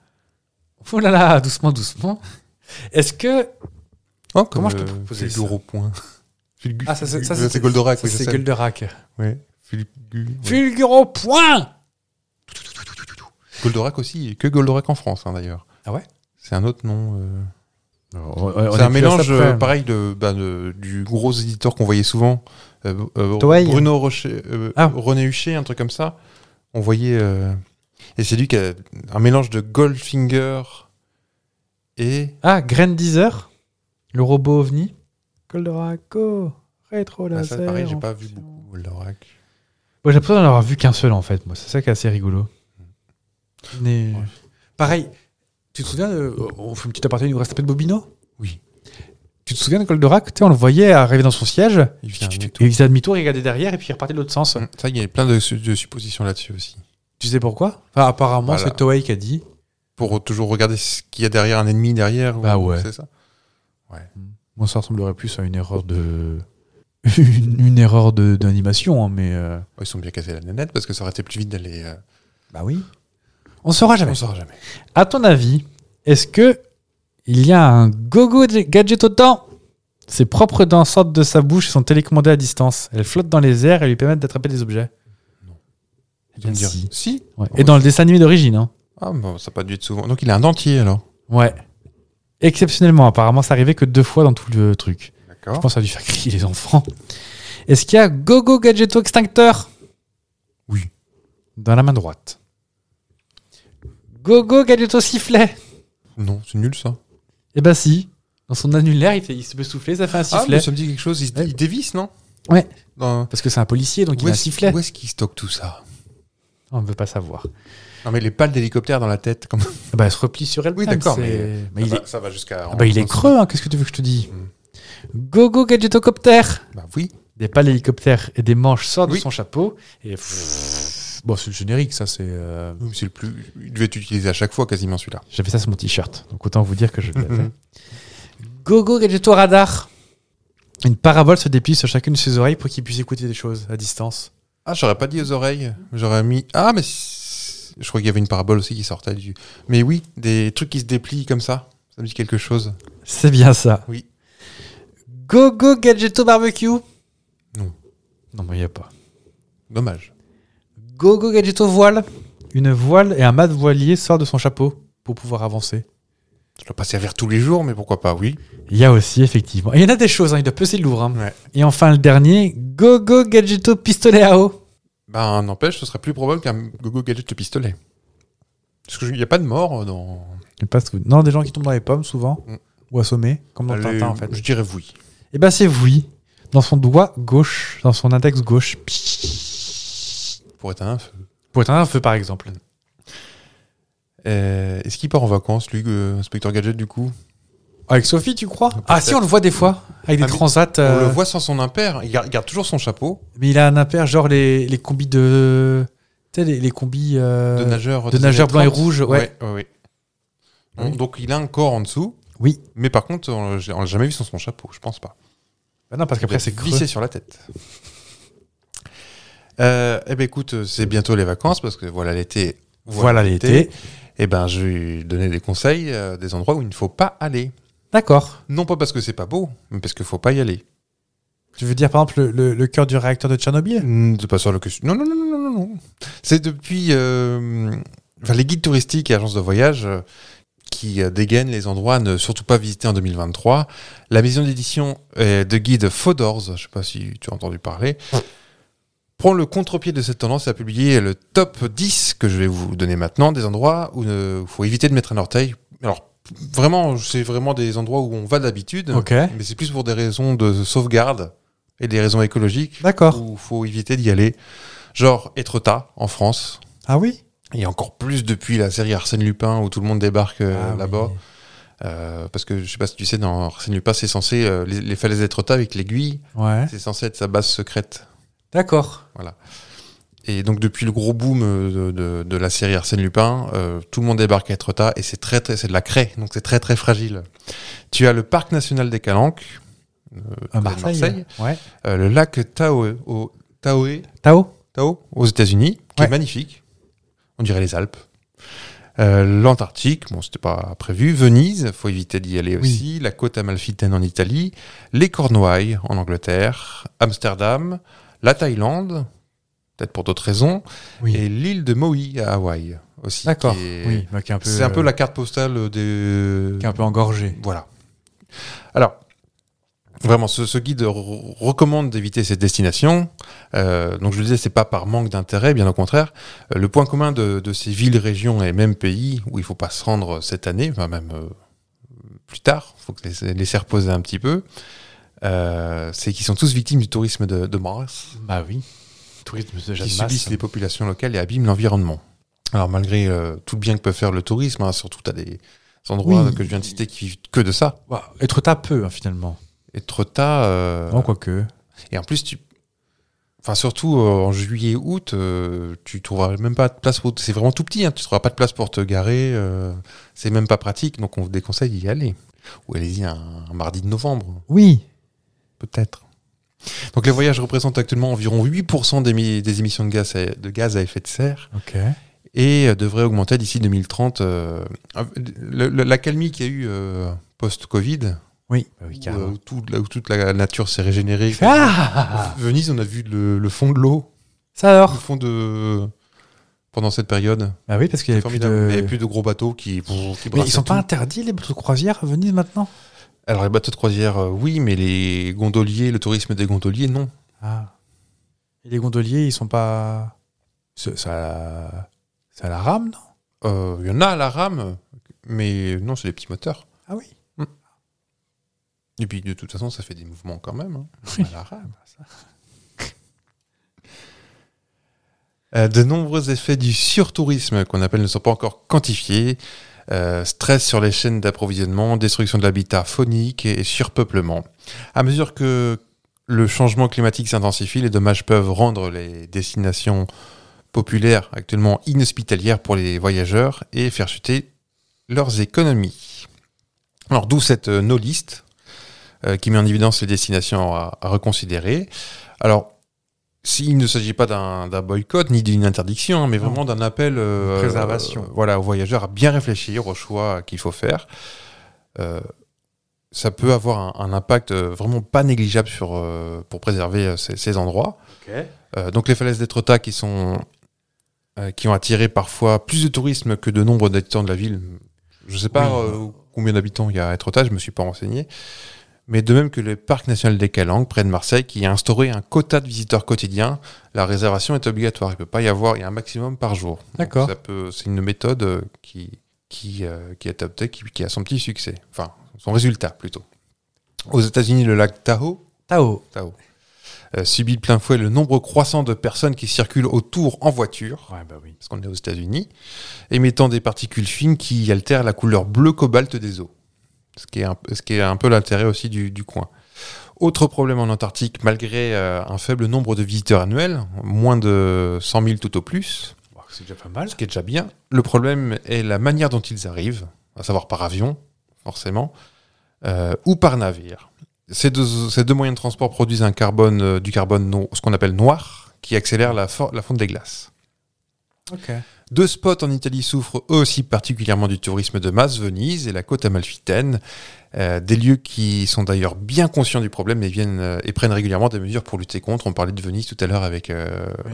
[SPEAKER 1] Oh là là, doucement, doucement. Est-ce que.
[SPEAKER 2] Oh,
[SPEAKER 1] Comment je peux
[SPEAKER 2] euh,
[SPEAKER 1] proposer
[SPEAKER 2] Fulgur
[SPEAKER 1] ça
[SPEAKER 2] au point. Fulgur-
[SPEAKER 1] Ah, ça, c'est- ça,
[SPEAKER 2] Fulgur-
[SPEAKER 1] c'est-
[SPEAKER 2] c'est Goldorak,
[SPEAKER 1] Ça,
[SPEAKER 2] oui, je
[SPEAKER 1] c'est
[SPEAKER 2] sais.
[SPEAKER 1] gueule de rack.
[SPEAKER 2] Ouais. Fulgur- ouais.
[SPEAKER 1] Fulgur au point
[SPEAKER 2] Goldorak aussi, et que Goldorak en France hein, d'ailleurs.
[SPEAKER 1] Ah ouais
[SPEAKER 2] C'est un autre nom. euh.
[SPEAKER 1] On
[SPEAKER 2] C'est
[SPEAKER 1] est
[SPEAKER 2] un
[SPEAKER 1] plus à
[SPEAKER 2] mélange
[SPEAKER 1] ça hein. près.
[SPEAKER 2] euh, pareil de, bah, de- du gros éditeur qu'on voyait souvent. euh, euh,
[SPEAKER 1] Toei.
[SPEAKER 2] Bruno Rocher, euh,
[SPEAKER 1] Ah.
[SPEAKER 2] René Huchet, un truc comme ça. On voyait. euh, et c'est lui qui a un mélange de Goldfinger et.
[SPEAKER 1] Ah, Grandizer, le robot ovni. Coldoraco, rétro
[SPEAKER 2] Ah, ça, pareil, j'ai
[SPEAKER 1] Moi,
[SPEAKER 2] pas vu beaucoup Goldorak.
[SPEAKER 1] j'ai l'impression d'en avoir vu qu'un seul, en fait. Moi, c'est ça qui est assez rigolo. Mais-
[SPEAKER 2] Mm. Ouais.
[SPEAKER 1] Pareil, tu te souviens, de- on fait une petite aparté, il nous reste un peu de Bobino
[SPEAKER 2] Oui.
[SPEAKER 1] Tu te souviens de Goldorak tu sais, On le voyait arriver dans son siège,
[SPEAKER 2] Il fait
[SPEAKER 1] et
[SPEAKER 2] un Mm.
[SPEAKER 1] il
[SPEAKER 2] demi-tour.
[SPEAKER 1] faisait demi-tour, il regardait derrière, et puis il repartait de l'autre sens.
[SPEAKER 2] Ça, il y a plein de, su- de suppositions là-dessus aussi.
[SPEAKER 1] Tu sais pourquoi Enfin, Apparemment,
[SPEAKER 2] Voilà.
[SPEAKER 1] c'est Toei qui a dit.
[SPEAKER 2] Pour toujours regarder ce qu'il y a derrière un ennemi derrière. ou-
[SPEAKER 1] Bah ouais.
[SPEAKER 2] C'est ça.
[SPEAKER 1] Moi, ça ressemblerait plus à une erreur de. une, une erreur de- d'animation, hein, mais. euh,
[SPEAKER 2] Oh, Ils sont bien cassés la nanette parce que ça aurait été plus vite d'aller. euh,
[SPEAKER 1] Bah oui. On saura jamais.
[SPEAKER 2] On saura jamais.
[SPEAKER 1] À ton avis, est-ce que il y a un gogo de- gadget au temps Ses propres dents sortent de sa bouche et sont télécommandées à distance. Elles flottent dans les airs et lui permettent d'attraper des objets.
[SPEAKER 2] Ils vont me dire,
[SPEAKER 1] si.
[SPEAKER 2] Si.
[SPEAKER 1] Ouais. Et dans le dessin animé d'origine. hein.
[SPEAKER 2] Ah, bon, ça n'a pas dû être souvent. Donc il a un dentier alors.
[SPEAKER 1] Ouais. Exceptionnellement, apparemment, ça arrivait que deux fois dans tout le truc. Je
[SPEAKER 2] D'accord.
[SPEAKER 1] pense que ça a dû faire crier les enfants. Est-ce qu'il y a gogo gadgeto extincteur
[SPEAKER 2] Oui.
[SPEAKER 1] Dans la main droite. Gogo gadgeto sifflet
[SPEAKER 2] Non, c'est nul ça.
[SPEAKER 1] Eh ben si. Dans son annulaire, il, fait- il se peut souffler, ça fait un
[SPEAKER 2] Ah, mais
[SPEAKER 1] sifflet.
[SPEAKER 2] ça me dit quelque chose. Il,
[SPEAKER 1] Ouais.
[SPEAKER 2] il dévisse, non
[SPEAKER 1] Ouais.
[SPEAKER 2] Dans-
[SPEAKER 1] Parce que c'est un policier, donc il
[SPEAKER 2] Où
[SPEAKER 1] a un
[SPEAKER 2] est-ce
[SPEAKER 1] sifflet.
[SPEAKER 2] où est-ce qu'il stocke tout ça
[SPEAKER 1] On ne veut pas savoir.
[SPEAKER 2] Non, mais les pales d'hélicoptère dans la tête, comme
[SPEAKER 1] Ah Bah, elle se replie sur elle.
[SPEAKER 2] Oui, d'accord,
[SPEAKER 1] c'est-
[SPEAKER 2] mais-
[SPEAKER 1] mais il
[SPEAKER 2] ça,
[SPEAKER 1] est,
[SPEAKER 2] va, ça va jusqu'à.
[SPEAKER 1] ah bah, il est creux, hein, qu'est-ce que tu veux que je te dise
[SPEAKER 2] Mm.
[SPEAKER 1] Go go gadgetocoptère
[SPEAKER 2] Bah oui.
[SPEAKER 1] Des pales hélicoptères et des manches sortent
[SPEAKER 2] Oui.
[SPEAKER 1] de son chapeau. Et... pfff. Bon, c'est le générique, ça, c'est. euh,
[SPEAKER 2] Oui, mais C'est le plus. Il devait être utilisé à chaque fois quasiment celui-là.
[SPEAKER 1] J'avais ça sur mon t-shirt, donc autant vous dire que je l'avais. Gogo Gadgeto Radar. Une parabole se déplie sur chacune de ses oreilles pour qu'il puisse écouter des choses à distance.
[SPEAKER 2] Ah, j'aurais pas dit aux oreilles. J'aurais mis. Ah, mais c'est- je crois qu'il y avait une parabole aussi qui sortait du. Mais oui, des trucs qui se déplient comme ça. Ça me dit quelque chose.
[SPEAKER 1] C'est bien ça.
[SPEAKER 2] Oui.
[SPEAKER 1] Gogo Gadgeto Barbecue.
[SPEAKER 2] Non.
[SPEAKER 1] Non, mais il n'y a pas.
[SPEAKER 2] Dommage.
[SPEAKER 1] Gogo Gadgeto Voile. Une voile et un mât de voilier sort de son chapeau pour pouvoir avancer.
[SPEAKER 2] Ça doit pas servir tous les jours, mais pourquoi pas, oui.
[SPEAKER 1] Il y a aussi, effectivement. Et il y en a des choses, hein, il doit peser le lourd. hein.
[SPEAKER 2] Ouais.
[SPEAKER 1] Et enfin, le dernier, Gogo Gadgeto Pistolet à eau.
[SPEAKER 2] Ben, n'empêche, ce serait plus probable qu'un gogo gadget de pistolet. Parce qu'il n'y a pas de mort euh, dans.
[SPEAKER 1] Je sais Pas, sou- non, des gens qui tombent dans les pommes, souvent.
[SPEAKER 2] Mm.
[SPEAKER 1] Ou assommés, comme dans
[SPEAKER 2] Les-
[SPEAKER 1] Tintin, en fait.
[SPEAKER 2] Je dirais oui.
[SPEAKER 1] Eh ben c'est oui. Dans son doigt gauche, dans son index gauche.
[SPEAKER 2] Pour être un feu.
[SPEAKER 1] Pour éteindre un feu par exemple.
[SPEAKER 2] Euh, Est-ce qu'il part en vacances, lui, euh, inspecteur gadget, du coup
[SPEAKER 1] Avec Sophie, tu crois Ah
[SPEAKER 2] Peut-être.
[SPEAKER 1] si, on le voit des fois. Avec des
[SPEAKER 2] Ah, mais
[SPEAKER 1] transats.
[SPEAKER 2] On
[SPEAKER 1] euh,
[SPEAKER 2] le voit sans son impair. Il garde, il garde toujours son chapeau
[SPEAKER 1] Mais il a un impair, genre les, les combis de... Tu sais, les, les combis... euh,
[SPEAKER 2] de nageur.
[SPEAKER 1] de
[SPEAKER 2] des
[SPEAKER 1] nageur
[SPEAKER 2] années
[SPEAKER 1] blanc et
[SPEAKER 2] 30.
[SPEAKER 1] rouge, ouais.
[SPEAKER 2] ouais, ouais.
[SPEAKER 1] Oui.
[SPEAKER 2] Donc, Donc il a un corps en dessous,
[SPEAKER 1] Oui.
[SPEAKER 2] mais par contre on l'a on l'a jamais vu sans son chapeau, je pense pas.
[SPEAKER 1] Bah non, parce
[SPEAKER 2] Il
[SPEAKER 1] qu'après
[SPEAKER 2] doit
[SPEAKER 1] c'est
[SPEAKER 2] être
[SPEAKER 1] creux.
[SPEAKER 2] vissé sur la tête. Euh, eh ben écoute, c'est bientôt les vacances parce que voilà l'été.
[SPEAKER 1] Voilà l'été.
[SPEAKER 2] Eh ben je vais donner des conseils, euh, des endroits où il ne faut pas aller.
[SPEAKER 1] D'accord.
[SPEAKER 2] Non pas parce que c'est pas beau, mais parce qu'il faut pas y aller.
[SPEAKER 1] Tu veux dire par exemple le, le- le cœur du réacteur de Tchernobyl
[SPEAKER 2] Hmm, C'est pas ça le question. Non, non, non, non, non, non. non. C'est depuis euh, enfin, les guides touristiques et agences de voyage euh, qui euh, dégainent les endroits à ne surtout pas visiter en 2023. La maison d'édition euh, de guide Fodors, je sais pas si tu as entendu parler, prend le contre-pied de cette tendance à publier le top 10 que je vais vous donner maintenant des endroits où euh, il faut éviter de mettre un orteil. Alors, vraiment, c'est vraiment des endroits où on va d'habitude,
[SPEAKER 1] Ok.
[SPEAKER 2] mais c'est plus pour des raisons de sauvegarde et des raisons écologiques
[SPEAKER 1] D'accord.
[SPEAKER 2] où faut éviter d'y aller. Genre Etretat en France,
[SPEAKER 1] Ah oui
[SPEAKER 2] et encore plus depuis la série Arsène Lupin où tout le monde débarque euh,
[SPEAKER 1] Ah oui.
[SPEAKER 2] là-bas. Euh, parce que je sais pas si tu sais, dans Arsène Lupin, c'est censé euh, les, les falaises d'Etretat avec l'aiguille,
[SPEAKER 1] Ouais.
[SPEAKER 2] c'est censé être sa base secrète.
[SPEAKER 1] D'accord.
[SPEAKER 2] Et donc depuis le gros boom euh, de, de- de la série Arsène Lupin, euh, tout le monde débarque à Etretat et c'est très, très c'est de la craie, donc c'est très très fragile. Tu as le parc national des Calanques, euh,
[SPEAKER 1] À
[SPEAKER 2] de
[SPEAKER 1] Marseille. Ouais.
[SPEAKER 2] euh, le lac Taoé, au, Taoé,
[SPEAKER 1] Tao
[SPEAKER 2] Tao aux États-Unis, qui
[SPEAKER 1] Ouais.
[SPEAKER 2] est magnifique. On dirait les Alpes. Euh, L'Antarctique, bon, c'était pas prévu. Venise, faut éviter d'y aller
[SPEAKER 1] Oui.
[SPEAKER 2] aussi. La côte amalfitaine en Italie. Les Cornouailles en Angleterre. Amsterdam. La Thaïlande, peut-être pour d'autres raisons.
[SPEAKER 1] Oui.
[SPEAKER 2] Et l'île de Maui à Hawaï aussi.
[SPEAKER 1] D'accord.
[SPEAKER 2] qui est-
[SPEAKER 1] Oui, bah, qui est un peu...
[SPEAKER 2] C'est un peu
[SPEAKER 1] euh,
[SPEAKER 2] la carte postale des.
[SPEAKER 1] Qui est un peu engorgé.
[SPEAKER 2] Voilà. Alors, vraiment, ce, ce guide r- recommande d'éviter cette destination. Euh, donc, je le disais, c'est pas par manque d'intérêt, bien au contraire. Euh, le point commun de, de ces villes, régions et même pays où il faut pas se rendre cette année, enfin même euh, plus tard, faut que les- laisser reposer un petit peu, euh, c'est qu'ils sont tous victimes du tourisme de, de masse
[SPEAKER 1] Bah oui. Tourisme déjà
[SPEAKER 2] qui subissent les populations locales et abîment l'environnement. Alors malgré euh, tout le bien que peut faire le tourisme, hein, surtout tu as des endroits
[SPEAKER 1] Oui.
[SPEAKER 2] que je viens de citer qui vivent que de ça,
[SPEAKER 1] être tas peu hein, finalement.
[SPEAKER 2] et trop tard, euh,
[SPEAKER 1] Non, quoique.
[SPEAKER 2] et en plus tu... Enfin surtout euh, en juillet août, euh, tu trouveras même pas de place pour c'est vraiment tout petit, hein, tu trouveras pas de place pour te garer, euh, c'est même pas pratique donc on vous déconseille d'y aller. Ou allez-y un, un mardi de novembre
[SPEAKER 1] Oui.
[SPEAKER 2] peut-être. Donc les voyages représentent actuellement environ 8% des, mi- des émissions de gaz à- de gaz à effet de serre.
[SPEAKER 1] Ok.
[SPEAKER 2] et euh, devrait augmenter d'ici 2030. euh, euh, le- le- L'accalmie qu'il y a eu euh, post-Covid,
[SPEAKER 1] Oui.
[SPEAKER 2] où, euh, tout- là où toute la nature s'est régénérée.
[SPEAKER 1] Ah
[SPEAKER 2] Venise, on a vu le, le fond de l'eau,
[SPEAKER 1] Ça
[SPEAKER 2] le
[SPEAKER 1] alors
[SPEAKER 2] fond de pendant cette période.
[SPEAKER 1] Bah oui, parce qu'il y
[SPEAKER 2] C'est
[SPEAKER 1] avait plus
[SPEAKER 2] formidable. Mais Il n'y
[SPEAKER 1] de.
[SPEAKER 2] avait plus de gros bateaux qui, qui
[SPEAKER 1] Mais ils
[SPEAKER 2] brassaient
[SPEAKER 1] sont pas
[SPEAKER 2] tout.
[SPEAKER 1] interdits les bateaux de croisière à Venise maintenant
[SPEAKER 2] Alors les bateaux de croisière, euh, oui, mais les gondoliers, le tourisme des gondoliers, non.
[SPEAKER 1] Ah. Et les gondoliers, ils sont pas. C'est c'est à la... c'est à la rame, non
[SPEAKER 2] Euh, Il y en a à la rame, mais non, c'est les petits moteurs.
[SPEAKER 1] Ah oui.
[SPEAKER 2] Et puis de toute façon, ça fait des mouvements quand même. hein,
[SPEAKER 1] Oui.
[SPEAKER 2] à la rame. Euh, de nombreux effets du surtourisme qu'on appelle ne sont pas encore quantifiés. Euh, stress sur les chaînes d'approvisionnement, destruction de l'habitat faunique et, et surpeuplement. À mesure que le changement climatique s'intensifie, les dommages peuvent rendre les destinations populaires actuellement inhospitalières pour les voyageurs et faire chuter leurs économies. Alors d'où cette euh, no list euh, qui met en évidence les destinations à, à reconsidérer. Alors s'il ne s'agit pas d'un d'un boycott ni d'une interdiction, hein, mais vraiment d'un appel euh,
[SPEAKER 5] Préservation.
[SPEAKER 2] euh, voilà, aux voyageurs à bien réfléchir aux choix qu'il faut faire, euh, ça peut avoir un, un impact euh, vraiment pas négligeable sur, euh, pour préserver euh, ces- ces endroits. Euh, donc les falaises d'Étretat qui sont euh, qui ont attiré parfois plus de tourisme que de nombre d'habitants de la ville. Je sais pas
[SPEAKER 5] Oui.
[SPEAKER 2] euh, combien d'habitants il y a à Étretat, je me suis pas renseigné. Mais de même que le parc national des Calanques près de Marseille qui a instauré un quota de visiteurs quotidiens, la réservation est obligatoire. Il peut pas y avoir, il y a un maximum par jour. Donc
[SPEAKER 1] D'accord.
[SPEAKER 2] ça peut- C'est une méthode euh, qui qui euh, qui est adoptée, qui, qui a son petit succès, enfin son résultat plutôt. Aux États-Unis, le lac Tahoe
[SPEAKER 1] Tao.
[SPEAKER 2] Tao. Euh, subit de plein fouet le nombre croissant de personnes qui circulent autour en voiture,
[SPEAKER 5] Ouais, bah oui.
[SPEAKER 2] parce qu'on est aux États-Unis, émettant des particules fines qui altèrent la couleur bleu cobalt des eaux, ce qui est un, ce qui est un peu l'intérêt aussi du, du coin. Autre problème en Antarctique, malgré euh, un faible nombre de visiteurs annuels, moins de 100 000 tout au plus,
[SPEAKER 5] Bah, C'est déjà pas mal.
[SPEAKER 2] ce qui est déjà bien, le problème est la manière dont ils arrivent, à savoir par avion, forcément, euh, ou par navire. Ces deux, ces deux moyens de transport produisent un carbone, euh, du carbone, no- ce qu'on appelle noir, qui accélère la, for- la fonte des glaces.
[SPEAKER 5] Ok.
[SPEAKER 2] Deux spots en Italie souffrent eux aussi particulièrement du tourisme de masse, Venise et la côte amalfitaine, euh, des lieux qui sont d'ailleurs bien conscients du problème et, viennent, euh, et prennent régulièrement des mesures pour lutter contre. On parlait de Venise tout à l'heure avec euh,
[SPEAKER 5] Oui.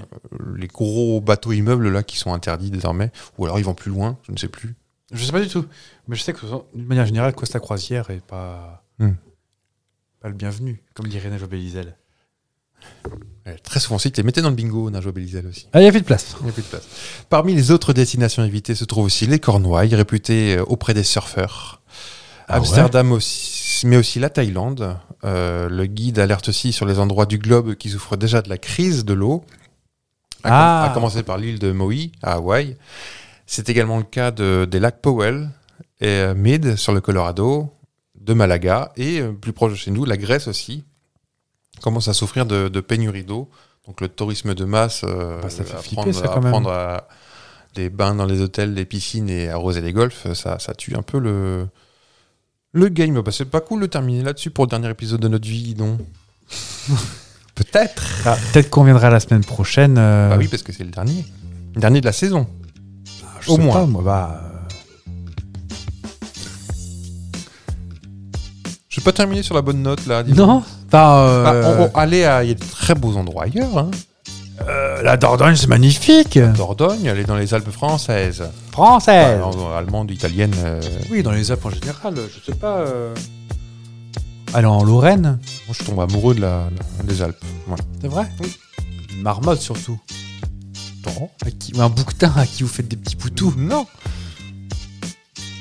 [SPEAKER 2] les gros bateaux immeubles là qui sont interdits désormais, ou alors ils vont plus loin, je ne sais plus.
[SPEAKER 5] Je sais pas du tout. Mais je sais que, d'une manière générale, Costa Croisière est pas.
[SPEAKER 2] Hmm.
[SPEAKER 5] Pas le bienvenu, comme dirait Nage Bélizel.
[SPEAKER 2] Ouais, Euh, Très souvent, si tu les mettais dans le bingo, Najo Belizel aussi.
[SPEAKER 1] Ah, il y a plus de place.
[SPEAKER 2] Il n'y a plus de place. Parmi les autres destinations évitées se trouvent aussi les Cornouailles, réputées euh, auprès des surfeurs.
[SPEAKER 1] Ah
[SPEAKER 2] Amsterdam, aussi, mais aussi la Thaïlande. Euh, le guide alerte aussi sur les endroits du globe qui souffrent déjà de la crise de l'eau, à, com-
[SPEAKER 1] Ah.
[SPEAKER 2] à commencer par l'île de Maui, à Hawaï. C'est également le cas de- des lacs Powell et euh, Mead sur le Colorado, de Malaga et euh, plus proche de chez nous, la Grèce aussi commence à souffrir de, de pénurie d'eau. Donc le tourisme de masse, euh,
[SPEAKER 1] Bah, ça fait
[SPEAKER 2] apprendre,
[SPEAKER 1] flipper, ça, quand même.
[SPEAKER 2] apprendre à des bains dans les hôtels, des piscines et arroser les golfs, ça, ça tue un peu le, le game. Bah, c'est pas cool de terminer là-dessus pour le dernier épisode de notre vie, dis donc. Peut-être.
[SPEAKER 1] Ah, Peut-être qu'on viendra la semaine prochaine. euh,
[SPEAKER 2] Bah oui, parce que c'est le dernier. Le dernier de la saison.
[SPEAKER 1] je
[SPEAKER 2] au
[SPEAKER 1] sais
[SPEAKER 2] moins.
[SPEAKER 1] pas, moi, bah, euh,
[SPEAKER 2] Je vais pas terminer sur la bonne note là. dis donc.
[SPEAKER 1] Non bah,
[SPEAKER 2] Ah,
[SPEAKER 1] euh,
[SPEAKER 2] on- on- allez à- Il y a de très beaux endroits ailleurs. hein.
[SPEAKER 1] euh, La Dordogne, c'est magnifique.
[SPEAKER 2] Dordogne, allez dans les Alpes françaises.
[SPEAKER 1] Française.
[SPEAKER 2] Enfin, Bah, allemande, italienne. euh,
[SPEAKER 5] Oui, dans les Alpes en général, je sais pas. euh,
[SPEAKER 1] Allons en Lorraine.
[SPEAKER 2] Moi, je tombe amoureux de la, la- des Alpes. Voilà.
[SPEAKER 1] C'est vrai
[SPEAKER 2] Oui.
[SPEAKER 1] Une marmotte surtout. À qui- ou un bouquetin à qui vous faites des petits poutous.
[SPEAKER 2] Non.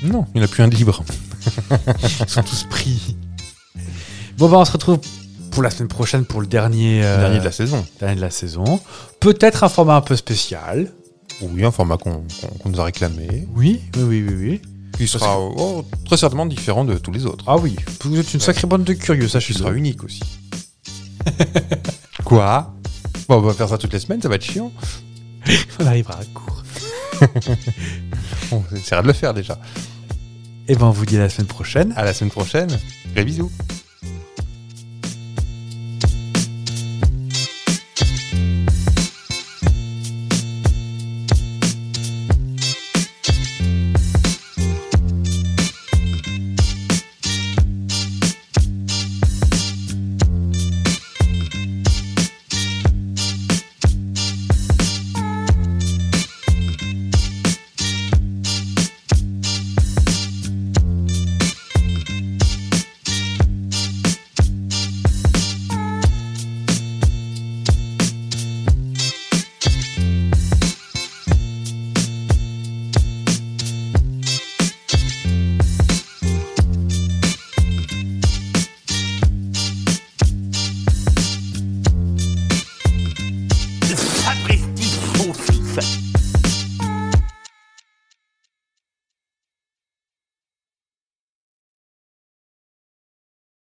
[SPEAKER 2] Non, il n'y en a plus un de libre.
[SPEAKER 1] Ils sont tous pris. Bon, bah, on se retrouve pour la semaine prochaine pour le dernier, euh,
[SPEAKER 2] Le dernier de la saison.
[SPEAKER 1] dernier de la saison. Peut-être un format un peu spécial.
[SPEAKER 2] Oui, un format qu'on qu'on- qu'on nous a réclamé.
[SPEAKER 1] Oui, oui, oui, oui. oui.
[SPEAKER 2] Qui sera oh, très certainement différent de tous les autres.
[SPEAKER 1] Ah oui, vous êtes une sacrée bande de curieux,
[SPEAKER 2] Qui
[SPEAKER 1] sachez-le.
[SPEAKER 2] sera unique aussi. Quoi Bon, on va faire ça toutes les semaines, ça va être chiant.
[SPEAKER 1] On arrivera à court.
[SPEAKER 2] On essaiera de le faire déjà.
[SPEAKER 1] Et ben, on vous dit à la semaine prochaine.
[SPEAKER 2] À la semaine prochaine. Gros bisous.